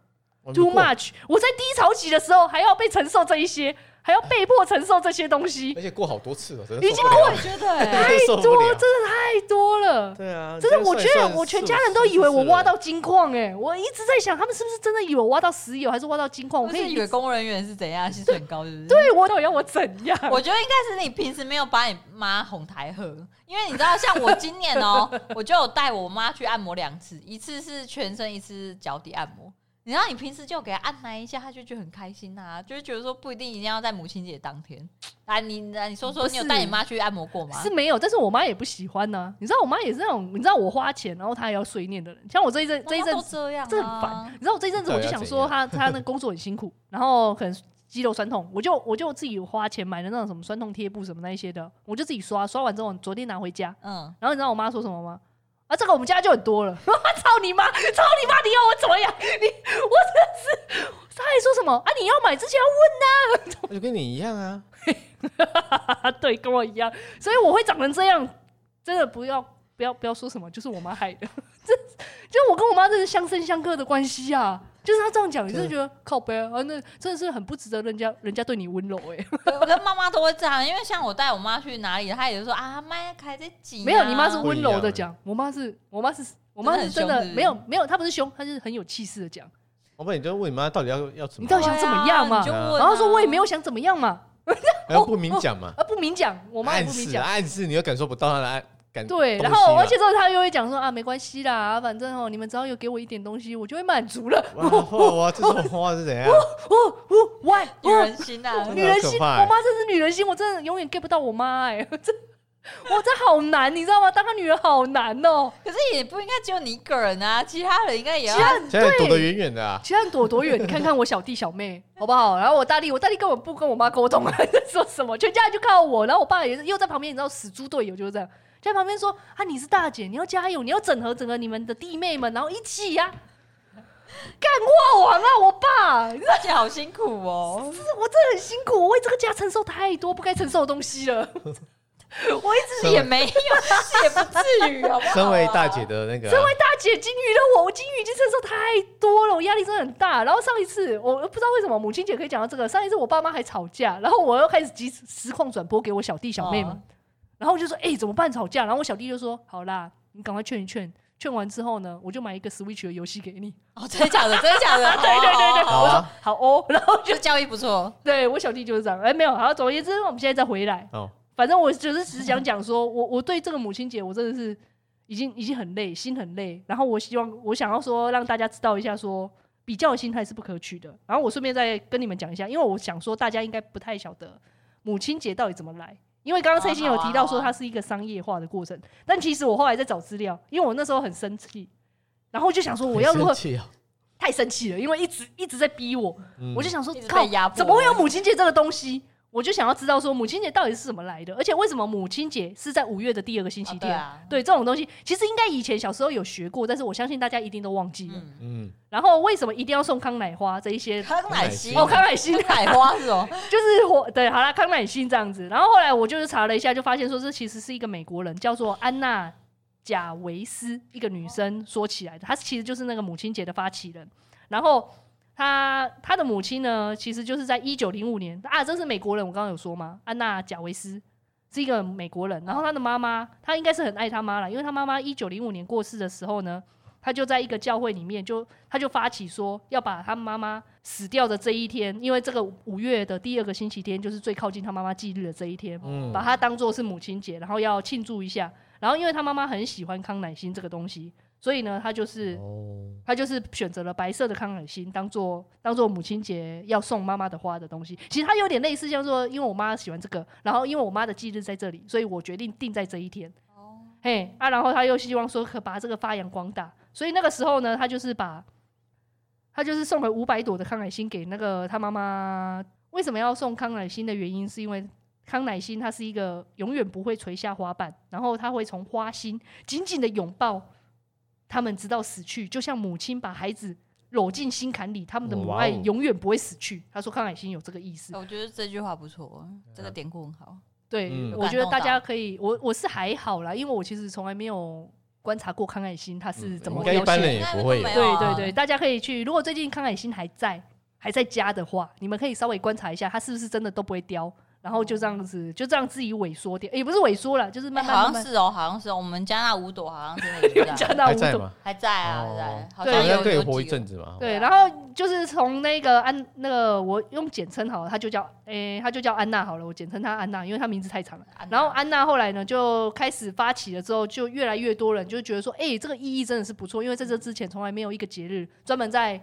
B: 我们
A: ，too
B: 过
A: much。我在低潮期的时候还要被承受这一些，还要被迫承受这些东西，
B: 而且过好多次了，真的
A: 已
B: 受
A: 经
B: 不了
C: 我也 觉得欸，
A: 太
B: 受
A: 多，
B: 不
A: 真
B: 了
A: 的太多了。
B: 对啊，这
A: 真的，
B: 样
A: 我
B: 算
A: 觉
B: 一
A: 得
B: 算
A: 我全
B: 四
A: 家
B: 五
A: 人都
B: 次
A: 以为
B: 是
A: 我
B: 了
A: 挖到金矿哎、我一直在想他们是不是真的以为我挖到石油，还是挖到金矿？ 我
C: 我
A: 可
C: 是
A: 以
C: 以为公务人员是怎样，薪水很高，是不是？
A: 对啊我到底要我怎样？
C: 我觉得应该是你平时没有把你妈哄抬喝，因为你知道，像我今 年哦、我就有带我妈去按摩两次，一次是全身，一次是脚底按摩。你知道，你平时就给她按那一下，她就觉得很开心啊，就是觉得说不一定一定要在母亲节当天。啊，你来你说说，
A: 不是
C: 你有带你妈去按摩过吗？
A: 是没有，但是我妈也不喜欢呢、你知道，我妈也是那种，你知道我花钱，然后她也要碎念的人。像我这一阵，这一
C: 大家
A: 阵
C: 都
A: 子，
C: 这样、啊，
A: 这很烦。你知道我这一阵子，我就想说她她那工作很辛苦，然后可能肌肉酸痛，我就我就自己花钱买的那种什么酸痛贴布什么那一些的，我就自己刷，刷完之后昨天拿回家，
C: 嗯，
A: 然后你知道我妈说什么吗？啊，这个我们家就很多了。操你妈！操你妈！你要我怎么样？你我真的是，她还说什么啊？你要买之前
B: 我就跟你一样啊，
A: 要问啊，对，跟我一样，所以我会长成这样，真的不要不要不要说什么，就是我妈害的。 这就我跟我妈真是相生相克的关系啊。就是她这样讲，你就觉得靠背啊，那真的是很不值得人家人家对你温柔哎、
C: 我我跟妈妈都会这样，因为像我带我妈去哪里，她也是说啊，麦开在挤啊。
A: 没有，你妈是
B: 不
A: 温
B: 一
A: 柔
B: 样
A: 的
B: 欸
A: 讲，我妈是我妈是我妈是真
C: 真的很
A: 的
C: 凶是不是
A: 没有没有，她不是凶，她就是很有气势的讲。
B: 我
A: 啊
B: 问你，就问你妈到底要要怎么
A: 你到底
B: 办，
A: 想怎么样嘛
C: 对啊你就问啊
A: 然后说我也没有想怎么样嘛，
B: 还要不明讲嘛，
A: 啊，不明讲，我妈也
B: 暗
A: 不明
B: 示啊
A: 讲。
B: 暗示，你又感受不到她的暗感
A: 对，
B: 东
A: 然
B: 西
A: 后
B: 啦
A: 而且之后他又会讲说啊，没关系啦，反正哦，你们只要有给我一点东西，我就会满足了。
B: 哇哇，这种话是怎样？
A: 哦哦，why？
C: 女
A: 哦
C: 人心啊，
B: 真
A: 女
B: 的好
A: 人
B: 可
A: 心，
B: 怕欸
A: 我妈真是女人心，我真的永远 get 不到我妈 哎、这我这好难，你知道吗？当个女人好难哦、
C: 可是也不应该只有你一个人啊，其他人应该也要
A: 其。他人
B: 现在躲得
A: 对，
B: 远远的啊，
A: 其他人躲多远？你看看我小弟小 妹好不好？然后我大弟，我大弟根本不跟我妈沟通， 还在说什么，全家人就靠我，然后我爸也是又在旁边，你知道死猪队友就是这样。就在旁边说啊，你是大姐，你要加油，你要整合整合你们的弟妹们，然后一起呀、干货王啊，我爸，你知道
C: 而且好辛苦哦，
A: 我真的很辛苦，我为这个家承受太多不该承受的东西了。 我一直
B: 身
C: 也
B: 为
C: 没有，也不至于，好不好啊
B: 身为大姐，的那个啊，
A: 身为大姐金鱼了我，我金鱼已经承受太多了，我压力真的很大。然后上一次我不知道为什么母亲节可以讲到这个，上一次我爸妈还吵架，然后我又开始即时实况转播给我小弟小妹嘛，然后我就说：“哎、怎么办？吵架？”然后我小弟就说：“好啦，你赶快劝一劝，劝完之后呢，我就买一个 Switch 的游戏给你。
C: 哦，真的假的？真的假的？对
A: 对对对，
B: 好
A: 我说
B: 啊：“
A: 好哦。”然后
C: 就教育不错，
A: 对我小弟就是这样，哎、没有。然后总而言之，我们现在再回来，
B: 哦，
A: 反正我就是只是想讲说，我我对这个母亲节，我真的是已经已经很累，心很累。然后我希望我想要说让大家知道一下说，比较的心态是不可取的。然后我顺便再跟你们讲一下，因为我想说大家应该不太晓得母亲节到底怎么来。因为刚刚蔡欣有提到说它是一个商业化的过程，但其实我后来在找资料，因为我那时候很生气，然后就想说我要如何
B: 很生气啊
A: 太生气了，因为一直一直在逼我，
B: 嗯
A: 我就想说
C: 一直，
A: 靠
C: 被，压迫，哦
A: 怎么会有母亲节这个东西？我就想要知道说母亲节到底是怎么来的，而且为什么母亲节是在五月的第二个星期
C: 啊
A: 天？
C: 对啊，
A: 对这种东西，其实应该以前小时候有学过，但是我相信大家一定都忘记了。
C: 嗯，
B: 嗯，
A: 然后为什么一定要送康乃花这一些？
C: 康乃馨，
A: 哦，康乃馨
C: 康乃花是哦，
A: 就是我对，好啦，康乃馨这样子。然后后来我就是查了一下，就发现说这其实是一个美国人，叫做安娜贾维斯，一个女生说起来的。她其实就是那个母亲节的发起人。然后她她的母亲呢，其实就是在一九零五年啊，这是美国人，我刚刚有说吗？安娜贾维斯是一个美国人。然后她的妈妈，她应该是很爱她妈了，因为她妈妈一九零五年过世的时候呢。她就在一个教会里面，就她就发起说要把她妈妈死掉的这一天，因为这个五月的第二个星期天就是最靠近她妈妈忌日的这一天，
B: 嗯
A: 把它当做是母亲节，然后要庆祝一下。然后因为她妈妈很喜欢康乃馨这个东西，所以呢，她就是
B: 哦，
A: 她就是选择了白色的康乃馨当做当做母亲节要送妈妈的花的东西。其实它有点类似，像说因为我妈喜欢这个，然后因为我妈的忌日在这里，所以我决定定在这一天。嘿啊，然后他又希望说可把这个发扬光大，所以那个时候呢，他就是把，他就是送了五百朵的康乃馨给那个他妈妈。为什么要送康乃馨的原因，是因为康乃馨它是一个永远不会垂下花瓣，然后它会从花心紧紧的拥抱他们，直到死去，就像母亲把孩子搂进心坎里，他们的母
B: 哇哦
A: 爱永远不会死去。他说康乃馨有这个意思。
C: 我觉得这句话不错，这个典故很好，
A: 对，
B: 嗯
A: 我觉得大家可以，我我是还好啦，因为我其实从来没有观察过康乃馨它是怎
B: 嗯
A: 么
B: 应该一
A: 描
B: 般
A: 写。
B: 人也不会有
C: 应该都没有
A: 对
C: 啊
A: 对对，大家可以去，如果最近康乃馨还在还在家的话，你们可以稍微观察一下，它是不是真的都不会凋，然后就这样子就这样自己萎缩掉，也不是萎缩了，就是
C: 哎
A: 慢慢
C: 好
A: 慢
C: 像
A: 慢。
C: 是哦，好像是哦我们家那五朵好像真 的有这样
A: 加拿大
B: 还
A: 五
B: 在
A: 种。
B: 吗？
C: 还在啊，还
B: 哦
C: 在，好
A: 对
C: 像
B: 好
C: 有
B: 像可以
C: 有
B: 活一
C: 几个
B: 阵子嘛，
C: 啊
A: 对，然后就是从那个安那个我用简称好了，她就叫诶、她就叫安娜好了，我简称她安娜，因为她名字太长了。
C: 安娜
A: 然后啊安娜后来呢，就开始发起了之后，就越来越多人就觉得说，哎、这个意义真的是不错，因为在这之前从来没有一个节日专门在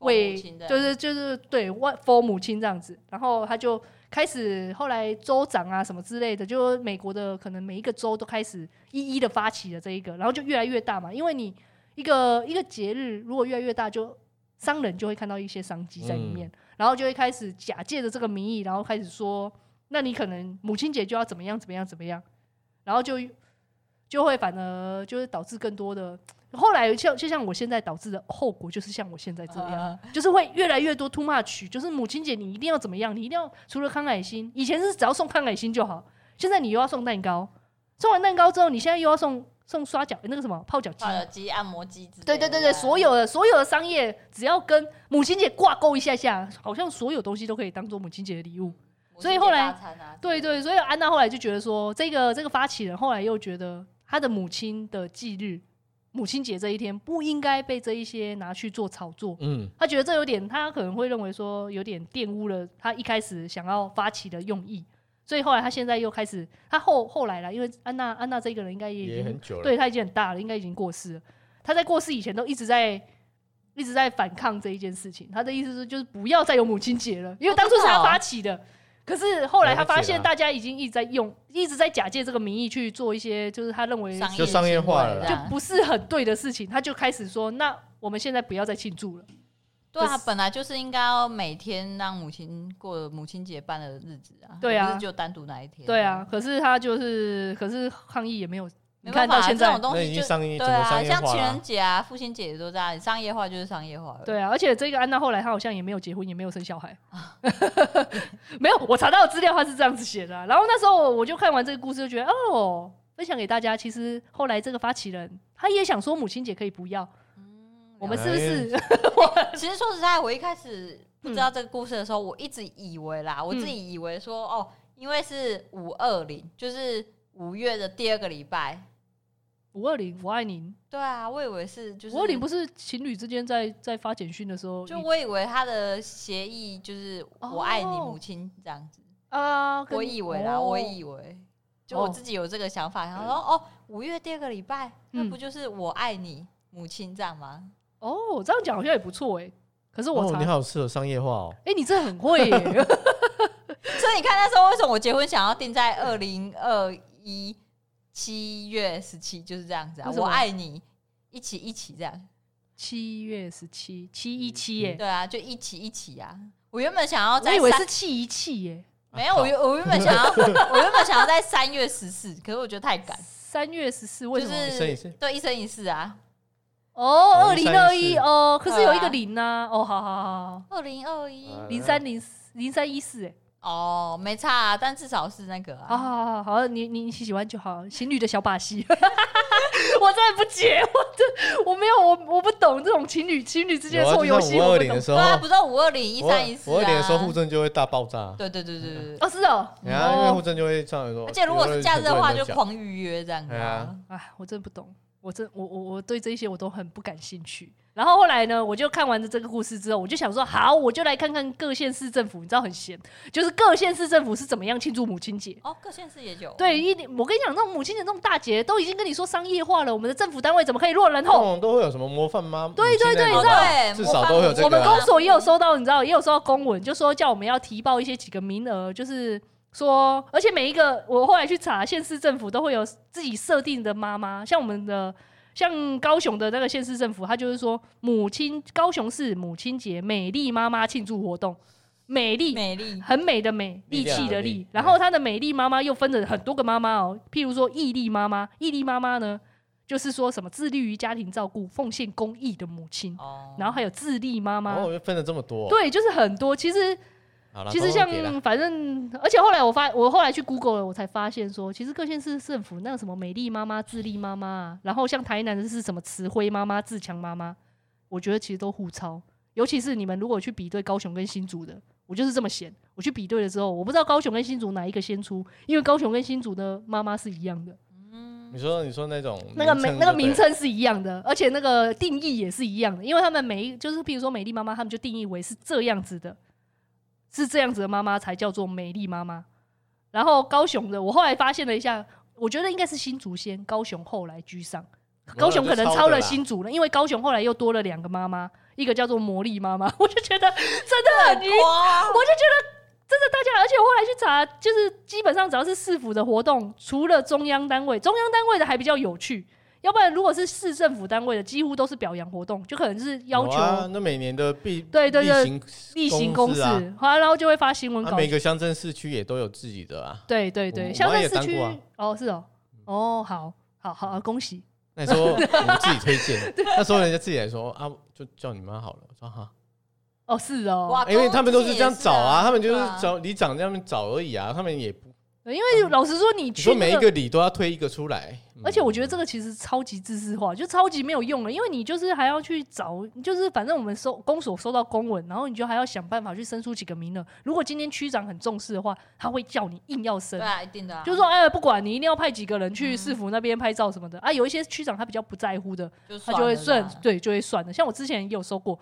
A: 为
C: 母亲的
A: 就是就是对外 for 母亲这样子。然后他就开始后来州长啊什么之类的，就美国的可能每一个州都开始一一的发起了这一个，然后就越来越大嘛，因为你一个一个节日如果越来越大就。商人就会看到一些商机在里面，然后就会开始假借着这个名义，然后开始说，那你可能母亲节就要怎么样怎么样怎么样，然后就就会反而就是导致更多的。后来就就像我现在导致的后果，就是像我现在这样，
C: 呃
A: 就是会越来越多 too much，就是母亲节你一定要怎么样，你一定要除了康乃馨，以前是只要送康乃馨就好，现在你又要送蛋糕，送完蛋糕之后，你现在又要送送刷脚那个什么泡脚机
C: 泡，脚机、按摩机
A: 嗯
C: 之类的啊
A: 对对
B: 啊
A: 对对，所有的所有的商业只要跟母亲节挂钩一下下，好像所有东西都可以当做母亲节的礼物。
C: 母亲节
A: 所以后来
C: 大餐啊
A: 对对，所以安娜后来就觉得说，这个这个发起人后来又觉得他的母亲的忌日，母亲节这一天不应该被这一些拿去做炒作，
B: 嗯，
A: 他觉得这有点，他可能会认为说有点玷污了他一开始想要发起的用意，所以后来他现在又开始，他后后来啦，因为安娜安娜这个人应该也已
B: 也
A: 经
B: 很久了，
A: 嗯对他已经很大了，应该已经过世了。他在过世以前都一直在一直在反抗这一件事情。他的意思是，就是不要再有母亲节了，因为
C: 哦
A: 当初是
C: 真的
A: 他
C: 哦
A: 发起的。可是后来他发
B: 了解啦
A: 现，大家已经一直在用，一直在假借这个名义去做一些，就是他认为
C: 商业啊
B: 就商业化
C: 行为
B: 了啦
C: 这样
A: 不是很对的事情，他就开始说：“那我们现在不要再庆祝了。”
C: 对
A: 可
C: 啊，
A: 是
C: 本来就是应该要每天让母亲过母亲节般的日子啊，
A: 对啊
C: 不是就单独那一天，
A: 对啊，，可是他就是，可是抗议也没有，
C: 没
A: 你看
C: 办法
A: 到
C: 啊，
A: 现
C: 这种
A: 在，
C: 东
B: 那已
C: 西
B: 经
C: 就
B: 商业
C: 对
B: 整个
C: 啊，
B: 商业
C: 像
B: 化
C: 情人
B: 了，
C: 节啊、父亲节也都这样，商业化就是商业化了，
A: 对啊，而且这个安娜后来她好像也没有结婚，也没有生小孩， 没有，我查到的资料她是这样子写的啊、然后那时候我就看完这个故事，就觉得哦，分享给大家。其实后来这个发起人他也想说母亲节可以不要，
C: 嗯
A: 我们是不是？
C: 其实说实在，我一开始不知道
A: 嗯
C: 这个故事的时候，我一直以为啦，我自己以为说哦，因为是五二零，就是五月的第二个礼拜。
A: 五二零，我爱你。
C: 对啊，我以为是就是
A: 五二零不是情侣之间在在发简讯的时候，
C: 就我以为他的协议就是
A: 哦
C: 我爱你母亲这样子，
A: 啊，跟
C: 我以为啦，
A: 哦
C: 我以为。就我
A: 哦
C: 自己有这个想法，然后说哦，五月第二个礼拜，那
A: 嗯
C: 不就是我爱你母亲这样吗？
A: 哦，这样讲好像也不错哎、可是我
B: 哦，
A: 查，
B: 你
A: 哎、
B: 好适合商业化哦，
A: 你这很会欸耶、
C: 所以你看那时候为什么我结婚想要定在二零二一七月十七，就是这样子啊，
A: 为什
C: 我
A: 么
C: 爱你，一起一起这样，
A: 七月十七，七一七耶，
C: 对啊，就一起一起啊。我原本想要
A: 我
C: 在
A: 以为
C: 三
A: 是气一欸气耶。
C: 没有，我原我原本 想要，我原本想要在三月十四，可是我觉得太赶，
A: 三月十四为
C: 就
A: 什么？
B: 一生一
C: 是
B: 世
C: 对一生一世啊，
A: 哦，
B: 哦
A: 二零二一
B: 1314
A: 哦，可是有一个零呐、啊，哦，好好好好，
C: 二零二一
B: 啊
A: 零三零零三一四，哎，
C: 哦，没差、啊，但至少是那个
A: 好
C: 啊。
A: 好好好，你你你喜欢就好，情侣的小把戏， 我真的不解，我这我没有我我不懂这种情侣情侣之间
B: 有
A: 的
B: 啊，
A: 臭
B: 就
A: 游
B: 像
A: 戏，
B: 五
A: 我
B: 二
A: 不
B: 零的
A: 懂。
B: 时候
C: 对，啊，不是五二零一
B: 哦五
C: 三一四
B: 二零的时候，嗯
C: 啊
B: 户。政就会大爆炸，
C: 对对对对对对，
A: 哦，是哦，
B: 你看，因为户
A: 哦，
B: 政就会上来说，
C: 而且如果是假日的话，
B: 有
C: 就
B: 人很多人在讲
C: 狂预约这样子
B: 哎
C: 啊
B: 呀。
A: 哎，我真的不懂，我真我我我对这些我都很不感兴趣。然后后来呢，我就看完了这个故事之后，我就想说，好，我就来看看各县市政府，你知道很闲，就是各县市政府是怎么样庆祝母亲节。
C: 哦，各县市也有。
A: 对，一定我跟你讲，这种母亲节这种大节都已经跟你说商业化了，我们的政府单位怎么可以落人
B: 通
A: 后？
B: 常都会有什么模范妈，
A: 对对对
B: 母亲那
A: 你
C: 哦，
B: 种
A: 知道
C: 对，
B: 至少都有这个
A: 我们
B: 对啊
A: 公所也有收到，你知道，也有收到公文，就说叫我们要提报一些几个名额，就是说，而且每一个我后来去查，县市政府都会有自己设定的妈妈，像我们的。像高雄的那个县市政府，它就是说母亲高雄市母亲节美丽妈妈庆祝活动，美丽
C: 美丽
A: 很美的美，
B: 力
A: 力
B: 量
A: 气的
B: 的
A: 力
B: 力。
A: 然
B: 对
A: 后她的美丽妈妈又分了很多个妈妈哦，譬如说毅力妈妈，毅力妈妈呢，就是说什么致力于家庭照顾、奉献公益的母亲。
C: 哦。
A: 然后还有自立妈妈，
B: 哦，分了这么多，
A: 对，就是很多。其实
B: 好啦
A: 其实
B: 通
A: 像
B: 通给啦
A: 反正，而且后来我发，我后来去 Google 了，我才发现说，其实各县市政府那个什么美丽妈妈、自立妈妈啊，然后像台南的是什么慈惠妈妈、自强妈妈，我觉得其实都互抄。尤其是你们如果去比对高雄跟新竹的，我就是这么闲。我去比对了之后，我不知道高雄跟新竹哪一个先出，因为高雄跟新竹的妈妈是一样的，
B: 你说你说那种
A: 那个
B: 名
A: 名
B: 称
A: 那个
B: 就
A: 名
B: 对了
A: 称是一样的，而且那个定义也是一样的，因为他们每一就是譬如说美丽妈妈，他们就定义为是这样子的，是这样子的妈妈才叫做美丽妈妈。然后高雄的，我后来发现了一下，我觉得应该是新竹先，高雄后来居上。高雄可能超了新竹了，因为高雄后来又多了两个妈妈，一个叫做魔力妈妈，我就觉得真的很离
C: 哇，
A: 我就觉得真的大家，而且我后来去查，就是基本上只要是市府的活动，除了中央单位，中央单位的还比较有趣。要不然如果是市政府单位的，几乎都是表扬活动，就可能是要求、
B: 有啊那每年的必
A: 对对对
B: 例
A: 例
B: 行
A: 行公
B: 事
A: 事，
B: 啊，
A: 好、然后就会发新闻
B: 那、
A: 稿。
B: 每个乡镇市区也都有自己的啊。
A: 对对
B: 我
A: 对，
B: 我
A: 乡
B: 妈
A: 镇
B: 也
A: 市
B: 当
A: 区
B: 过啊
A: 哦，是哦，哦，好好好，恭喜。
B: 那你 说我们自己推荐，那时候人家自己来说啊，就叫你妈好了。我说哈，
A: 哦，是哦，
C: 哇
B: 因为他们都是这样找啊，他们就是
C: 对啊
B: 找里长这样找而已啊，他们也不
A: 因为老实说，你
B: 你
A: 去、
B: 说
A: 那
B: 每一个里都要推一个出来，嗯
A: 而且我觉得这个其实超级自私化，就超级没有用了，因为你就是还要去找，就是反正我们收公所收到公文，然后你就还要想办法去申出几个名额。如果今天区长很重视的话，他会叫你硬要申
C: 对。啊，一定的啊，
A: 就是说，哎，不管你一定要派几个人去市府那边拍照什么的、啊，有一些区长他比较不在乎的，
C: 就
A: 他
C: 算了
A: 就会
C: 啦
A: 算，对，就会算的。像我之前也有收过，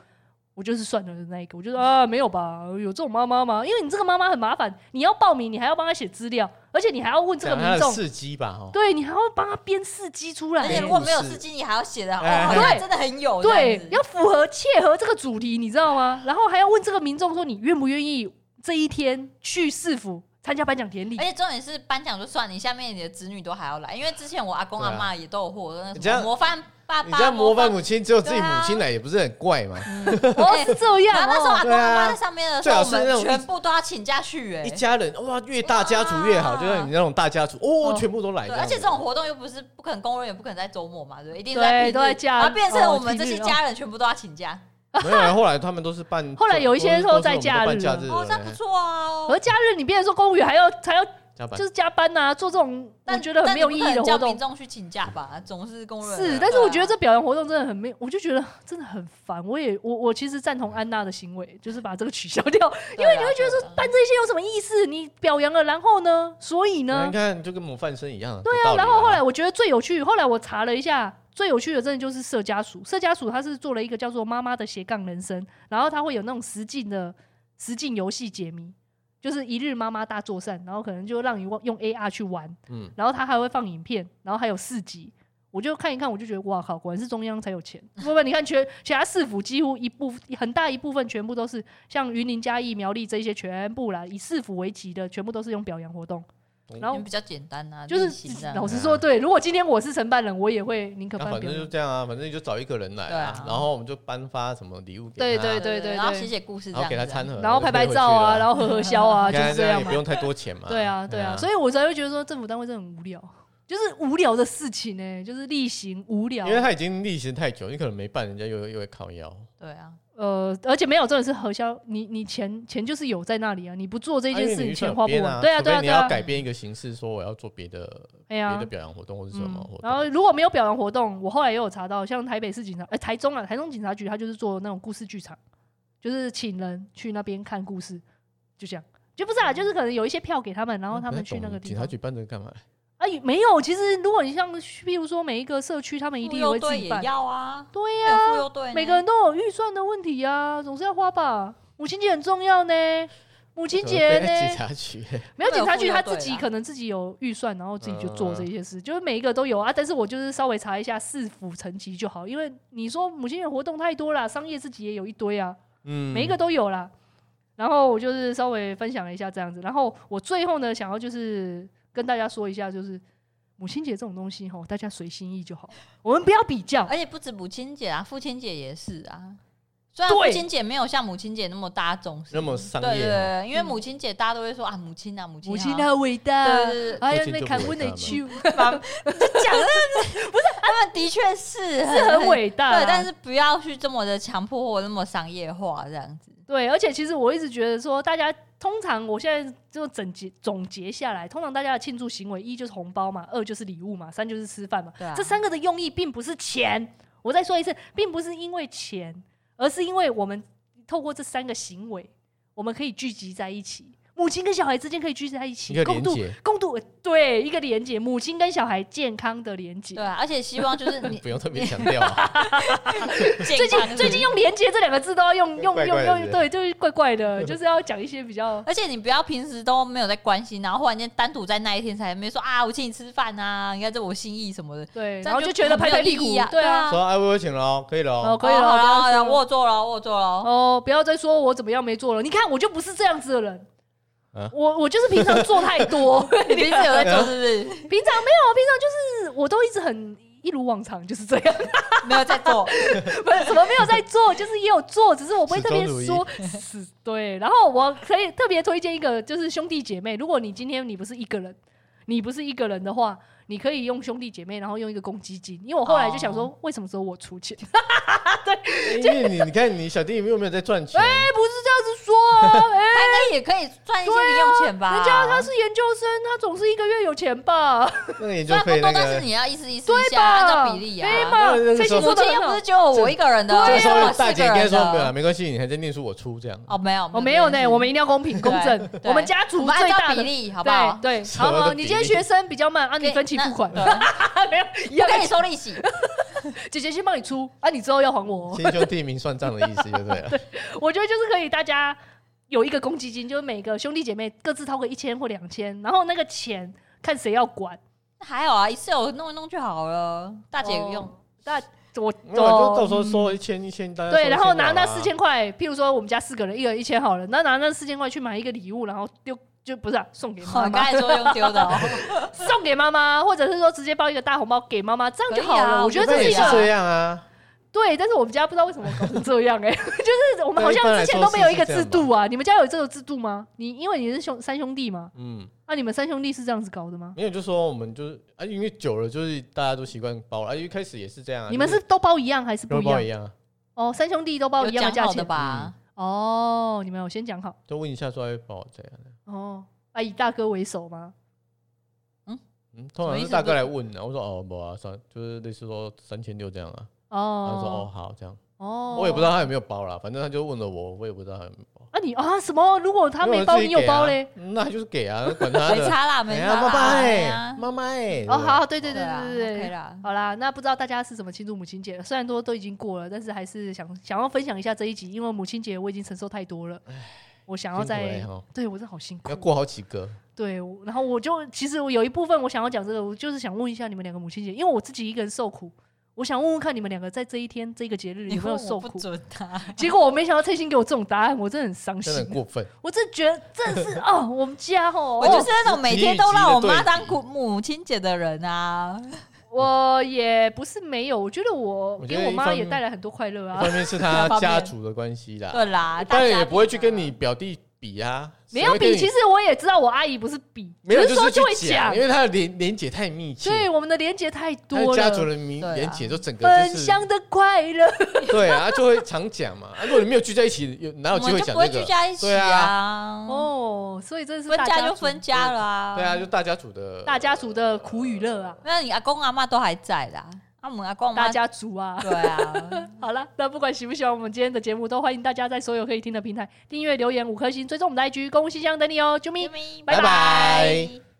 A: 我就是算了的那一个，我就说啊，没有吧，有这种妈妈吗？因为你这个妈妈很麻烦，你要报名，你还要帮她写资料，而且你还要问这个
B: 讲他的
A: 民众，
B: 事迹吧，哦，
A: 对啊你还要帮他编事机出
C: 而且
A: 来
C: 如。果没有
B: 哎故事
C: 司机，你还要写的，
B: 哎
C: 哦，那
A: 对
C: 真的很有
A: 对
C: 这，样子
A: 要符合切合这个主题，你知道吗？然后还要问这个民众说，你愿不愿意这一天去市府参加颁奖典礼
C: 而？且重点是颁奖就算，你下面你的子女都还要来，因为之前我阿公
B: 对
C: 阿
B: 啊
C: 妈也都有获那
B: 你
C: 什
B: 这样
C: 么模范爸
B: 你
C: 爸，
B: 家模范
C: 模
B: 母亲只有自己
C: 对啊
B: 母亲来，也不是很怪嘛？
A: 哦，是这样
C: 哎然后那时候
A: 哦。
C: 阿公阿妈在上面的时
B: 对
C: 候，
B: 啊
C: 我
B: 最好是那
C: 们
B: 种
C: 全部都要请假去哎、
B: 一家人哇，越大家族越好，
C: 哇
B: 就
A: 啊
B: 像你那种大家族哦，
A: 哦
B: 全部都来
C: 对，
B: 样子。
C: 而且这种活动又不是不可能，工人也不可能在周末嘛，对不对，一定是
A: 对
C: 在平日
A: 都在假
C: 然后变成
A: 哦
C: 我们这些
A: 平日哦
C: 家人全部都要请假，
B: 没有，后来他们都是办，
A: 后来有一些
B: 都
A: 说
B: 是
A: 在假日
B: 都是我们都
C: 哦
B: 办，
C: 这
B: 假
C: 样
B: 日
C: 不
B: 的，
C: 错啊、哦
A: 而。假日你变成说公务员还要还要
B: 加班
A: 就是加班呐、做这种我
C: 但
A: 觉得很没有意义的活
C: 但你不可能叫
A: 动
C: 民。众啊去请假吧，总是工人
A: 是，但是我觉得这表扬活动真的很没有，我就觉得真的很烦。我也我我其实赞同安娜的行为，就是把这个取消掉，
C: 啊
A: 因为你会觉得说
C: 嗯
A: 办这些有什么意思？你表扬了，然后呢？所以呢
B: 你？看就跟模范生一样。
A: 对
B: 有道
A: 啊，
B: 理
A: 然后后来我觉得最有趣，后来我查了一下，最有趣的真的就是社家属，社家属他是做了一个叫做“妈妈的斜杠人生”，然后他会有那种实境的实境游戏解谜，就是一日妈妈大作战，然后可能就让你用 AR 去玩，
B: 嗯
A: 嗯，然后他还会放影片，然后还有四集。我就看一看，我就觉得哇靠，果然是中央才有钱。不不，你看全其他市府几乎一部很大一部分全部都是像云林、嘉义、苗栗这些全部啦，以市府为籍的全部都是用表扬活动。然
C: 因
A: 后
C: 为比较简单啊，
A: 就
C: 例
A: 是
C: 行这样
A: 老实
B: 对
A: 说，
B: 啊
A: 对，如果今天我是承办人，我也会宁可
B: 那
A: 办
B: 反
A: 表
B: 正就
A: 演。
B: 这样啊，反正你就找一个人来啊
C: 对啊，
B: 然后我们就颁发什么礼物给
A: 对
B: 他
A: 对
C: 对
A: 对
C: 然后
A: 对
C: 写写故事
B: 然
C: 这样
B: 后
C: 子，
B: 给他餐盒，
A: 然后
B: 就可
A: 拍
B: 以
A: 拍照
B: 回去
A: 啊，
B: 了
A: 然后 喝喝消啊，
B: 你
A: 就
B: 看
A: 是
B: 这
A: 这
B: 样
A: 样
B: 也
A: 嘛
B: 不。用太多钱嘛。
A: 对啊，对啊，所以我才会觉得说政府单位真的很无聊，就是无聊的事情呢、就是例行无聊
B: 因。为他已经历时太久，你可能没办，人家又又会靠腰。
C: 对啊，
A: 呃，而且没有真的是核销，你你钱钱就是有在那里啊，你不做这
B: 啊因
A: 件
B: 为
A: 事，
B: 你
A: 你
B: 预算
A: 钱
B: 有
A: 花不
B: 编
A: 完。
B: 啊
A: 对啊，
B: 除
A: 对
B: 非
A: 啊，
B: 你
A: 对
B: 要
A: 啊，
B: 改变一个形式，说我要做别的
A: 哎
B: 别的
A: 呀。
B: 表扬活动或者什么
A: 嗯
B: 活，动。
A: 然后如果没有表扬活动，我后来也有查到，像台北市警察，呃，台中啊，台中警察局，他就是做那种故事剧场，就是请人去那边看故事，就这样，就不是啊，就是可能有一些票给他们，然后他们去那个
B: 嗯
A: 地
B: 警察
A: 方。
B: 局办这个干嘛？
A: 啊，也没有，其实如果你像，譬如说每一个社区，他们一定
C: 妇幼
A: 会自
C: 队
A: 己
C: 也
A: 办，
C: 要啊，
A: 对呀、
C: 呀，妇幼队呢
A: 每个人都有预算的问题啊，总是要花吧。母亲节很重要呢，母亲节
B: 可能 在警
A: 呢，
B: 察局，
A: 没有
C: 会
A: 警
C: 有
A: 察局
C: 妇幼
A: 他
C: 队
A: 自己
C: 啦
A: 可能自己有预算，然后自己就做
B: 嗯
A: 这些事，就是每一个都有啊。但是我就是稍微查一下市府层级就好，因为你说母亲节活动太多啦，商业自己也有一堆啊，
B: 嗯，
A: 每一个都有啦。然后我就是稍微分享了一下这样子，然后我最后呢，想要就是跟大家说一下，就是母亲节这种东西吼，大家随心意就好，我们不要比较。
C: 而且不止母亲节啊，父亲节也是啊。虽然父
A: 对
C: 亲节没有像母亲节那么大家重视，
B: 那么商
C: 对
B: 业
C: 对
B: 哦
C: 对，因为母亲节大家都会说啊，母亲啊，母亲、
A: 嗯
C: 啊，
A: 母亲好伟大，
C: 对对对
A: 哎呀，
B: 母亲
A: 那
B: 就
A: 看
B: 不
A: 不
B: 伟大
A: 得
B: 嘛
A: 去，
C: 讲的不是，他们的确是
A: 是 很伟大啊。
C: 对，但是不要去这么的强迫或那么商业化这样子。
A: 对，而且其实我一直觉得说，大家通常我现在就总结总结下来，通常大家的庆祝行为，一就是红包嘛，二就是礼物嘛，三就是吃饭嘛。
C: 对啊，
A: 这三个的用意并不是钱，我再说一次，并不是因为钱，而是因为我们透过这三个行为，我们可以聚集在一起，母亲跟小孩之间可以聚集在一
B: 一
A: 起，
B: 个
A: 共
B: 连
A: 度
B: 接，
A: 共度对一个连接，母亲跟小孩健康的连接
C: 对。啊，而且希望就是你
B: 不用特别强调 啊。
A: 最
C: 最
A: 近最近用“连接”这两个字都要用用
B: 怪
A: 用
B: 怪的
A: 用，对，就是怪怪 的，就是要讲一些比较
C: 而且你不要平时都没有在关心，然后忽然间单独在那一天才没说啊，我请你吃饭啊，你看这我心意什么的，
A: 对，
C: 这
A: 然
C: 样
A: 后就觉得拍拍屁
C: 很没有意
A: 股
C: 义啊，，
A: 对啊，
C: 啊，
B: 说哎，我有请了哦，可以了
A: 哦，
B: 哦。
A: 可以了，
C: 好好
A: 不
C: 好
A: 要
C: 好
A: 说
C: 我做了，我做了。
A: 哦，不要再说我怎么样没做了。你看，我就不是这样子的人
B: 啊。
A: 我我就是 平常做太多，
C: 你平时有在做是不是？
A: 平常没有，平常就是我都一直很一如往常就是这样，
C: 没有在做，
A: 不是什么没有在做，就是也有做，只是我不会
B: 始
A: 特
B: 终
A: 别
B: 如一
A: 说 是对。然后我可以特别推荐一个，就是兄弟姐妹，如果你今天你不是一个人，你不是一个人的话。你可以用兄弟姐妹，然后用一个公积金，因为我后来就想说，为什么只有我出钱？
B: 因为你你看你小弟有没有在赚钱？
A: 哎、不是这样子说啊，哎、
C: 他应该也可以赚一些零用钱吧？
A: 啊人家他是研究生，他总是一个月有钱 吧？
B: 那个研究
C: 虽然不
B: 费
C: 多，
B: 那
C: 但是
B: 个
C: 你要意思意思一
A: 对
C: 下，
A: 吧
C: 按照比例啊。
A: 对嘛
B: 那那？个
A: 这
B: 时候说
A: 些
C: 母
A: 说的
C: 亲
A: 很
C: 又
A: 好
C: 不是只有我一个人的，
A: 啊
B: 这时
C: 我
B: 候
C: 四
B: 大姐
C: 个
B: 应该
C: 人
B: 说没有啦，
C: 的。
B: 没关系，你还在念书，我出这样。
C: 哦，没有，
A: 哦，没有呢，我们
C: 一
A: 一定要公平公正。
C: 对
A: 我们家族
C: 按
A: 最
C: 照
A: 大
C: 比
A: 的
C: 例，好不好？
A: 对对，
B: 什么
A: 好好，
B: 都
A: 你
B: 比
A: 今天
B: 例
A: 学生比较慢啊，你分期付款，
C: 那 呃
A: 没有一
C: 不
A: 样
C: 跟你
A: 的。
C: 收利息，
A: 姐姐先帮你出啊，你之后要还我哦。
B: 亲兄弟明算账的意思就对 了。
A: 我觉得就是可以大家有一个公积金，就是每个兄弟姐妹各自掏个一千或两千，然后那个钱看谁要管。
C: 还好啊，一次我弄一弄就好了。大姐用
A: 哦，大我
B: 那我就到时候
A: 嗯
B: 收一千一千，大家收
A: 对，
B: 一
A: 然后
B: 千就
A: 拿
B: 好
A: 那
B: 啦
A: 四千块，譬如说我们家四个人，一人一千好了，那拿那四千块去买一个礼物，然后丢就不是、啊、送给
C: 哦
A: 妈
C: 你
A: 妈
C: 刚，才说用丢的哦，
A: 送给妈妈，或者是说直接包一个大红包给妈妈，这样就好
C: 可以
A: 了。
C: 啊
A: 我觉得
B: 那
A: 这
B: 也
A: 是一
B: 是
A: 个
B: 这样啊，
A: 对，但是我们家不知道为什么搞成这样哎、 就是我们
B: 对
A: 好像
B: 一般来
A: 之前
B: 说
A: 都没有
B: 是
A: 一个
B: 这
A: 制
B: 样
A: 度啊。你们家有这个制度吗？你因为你是兄三兄弟嘛，
B: 嗯，
A: 那、你们三兄弟是这样子搞的吗？
B: 没有就说我们就是啊，因为久了就是大家都习惯包了，啊，一开始也是这样啊。
A: 你们
B: 就是
A: 都包一样还是不
B: 都
A: 一
B: 包
A: 样
B: 一？样啊，
A: 哦，三兄弟都包
C: 有
A: 一样
C: 讲
A: 价
C: 好的
A: 钱
C: 吧？
A: 哦，你们有先讲好
B: 都问一下说要包这样的。
A: 哦，啊以大哥为首吗？
B: 嗯，通常是大哥来问啊，我说哦，不啊，算就是类似说三千六这样啊，他就说哦
A: 哦
B: 好这样，
A: 哦，
B: 我也不知道他有没有包啦，反正他就问了我，我也不知道他有没有包。
A: 啊你啊什么？如果他
B: 因为
A: 没
B: 我
A: 包，
B: 自己
A: 你有
B: 给啊
A: 包嘞？？
B: 那就是给啊，管他
A: 嗯
C: 没
B: 的。
C: 差啦，没
B: 哎
C: 差
B: 呀，妈
C: 啦。
B: 妈
C: 哎
B: 哎
C: 呀，
B: 妈妈哎，
A: 哦，
B: 对
A: 好，对对
C: 对
A: 对
C: 啦
A: 对对
C: 可
A: 对
C: 以，啦。
A: 好啦，那不知道大家是怎么庆祝母亲节的？虽然多都已经过了，但是还是想想要分享一下这一集，因为母亲节我已经承受太多了，我想要
B: 不对，辛苦
A: 在
B: 嘞哈
A: 对我真的好辛苦
B: 欸要。过好几个，
A: 对，我然后我就其实我有一部分我想要讲这个，我就是想问一下你们两个母亲节，因为我自己一个人受苦，我想问问看你们两个在这一天这个节日
C: 你
A: 有没
C: 问
A: 有
C: 我
A: 受
C: 不
A: 苦？
C: 准啊他，
A: 结果我没想到翠心给我这种答案，我真的很伤
B: 真的
A: 心
B: 很，过分。
A: 我真的觉得真的是哦，我们家哦，
C: 我就是那种每天都让我
B: 急于急
C: 妈
B: 地对
C: 当母母亲节的人啊。
A: 我也不是没有，我觉得我
B: 我觉
A: 给
B: 得
A: 我
B: 一
A: 妈
B: 方
A: 也
B: 面
A: 带来很多快乐
B: 一
A: 啊。
B: 方面是 他家族的关系啦，
C: 对啦，
B: 当
C: 大
B: 然
C: 家
B: 也不会去跟
C: 庭啊
B: 你表弟比啊，
A: 没有
B: 谁会跟
A: 比，
B: 你
A: 其实我也知道我阿姨不是比，
B: 没有
A: 只是说
B: 是去
A: 会
B: 讲，
A: 讲
B: 因，为他的连连结太密切，
A: 对我们的连接太
B: 他
A: 多
B: 的家族
A: 了。
B: 的名
C: 对啊
B: 连结就整个
A: 本
B: 就是
A: 乡的快乐，
B: 对啊，就会常讲嘛。啊如果你没有聚在一起，有哪有
C: 我
B: 机会
C: 们就
B: 讲
C: 不会
B: 这
C: 聚
B: 个？
C: 在一起
B: 对嗯
C: 啊。
A: 哦，所以真的是
C: 分
A: 大
C: 家
A: 族
C: 就分家了啊。
B: 对啊，就大家族的
A: 大家族的苦与乐啊，
C: 那你阿公阿妈都还在啦，啊，我们阿公阿
A: 大
C: 妈
A: 家族啊。
C: 对啊，
A: 好了，那不管喜不喜欢我们今天的节目，都欢迎大家在所有可以听的平台订阅、留言五颗星，追踪我们的 IG，公共信箱等你哦，啾咪。
C: 咪
A: 拜
B: 拜拜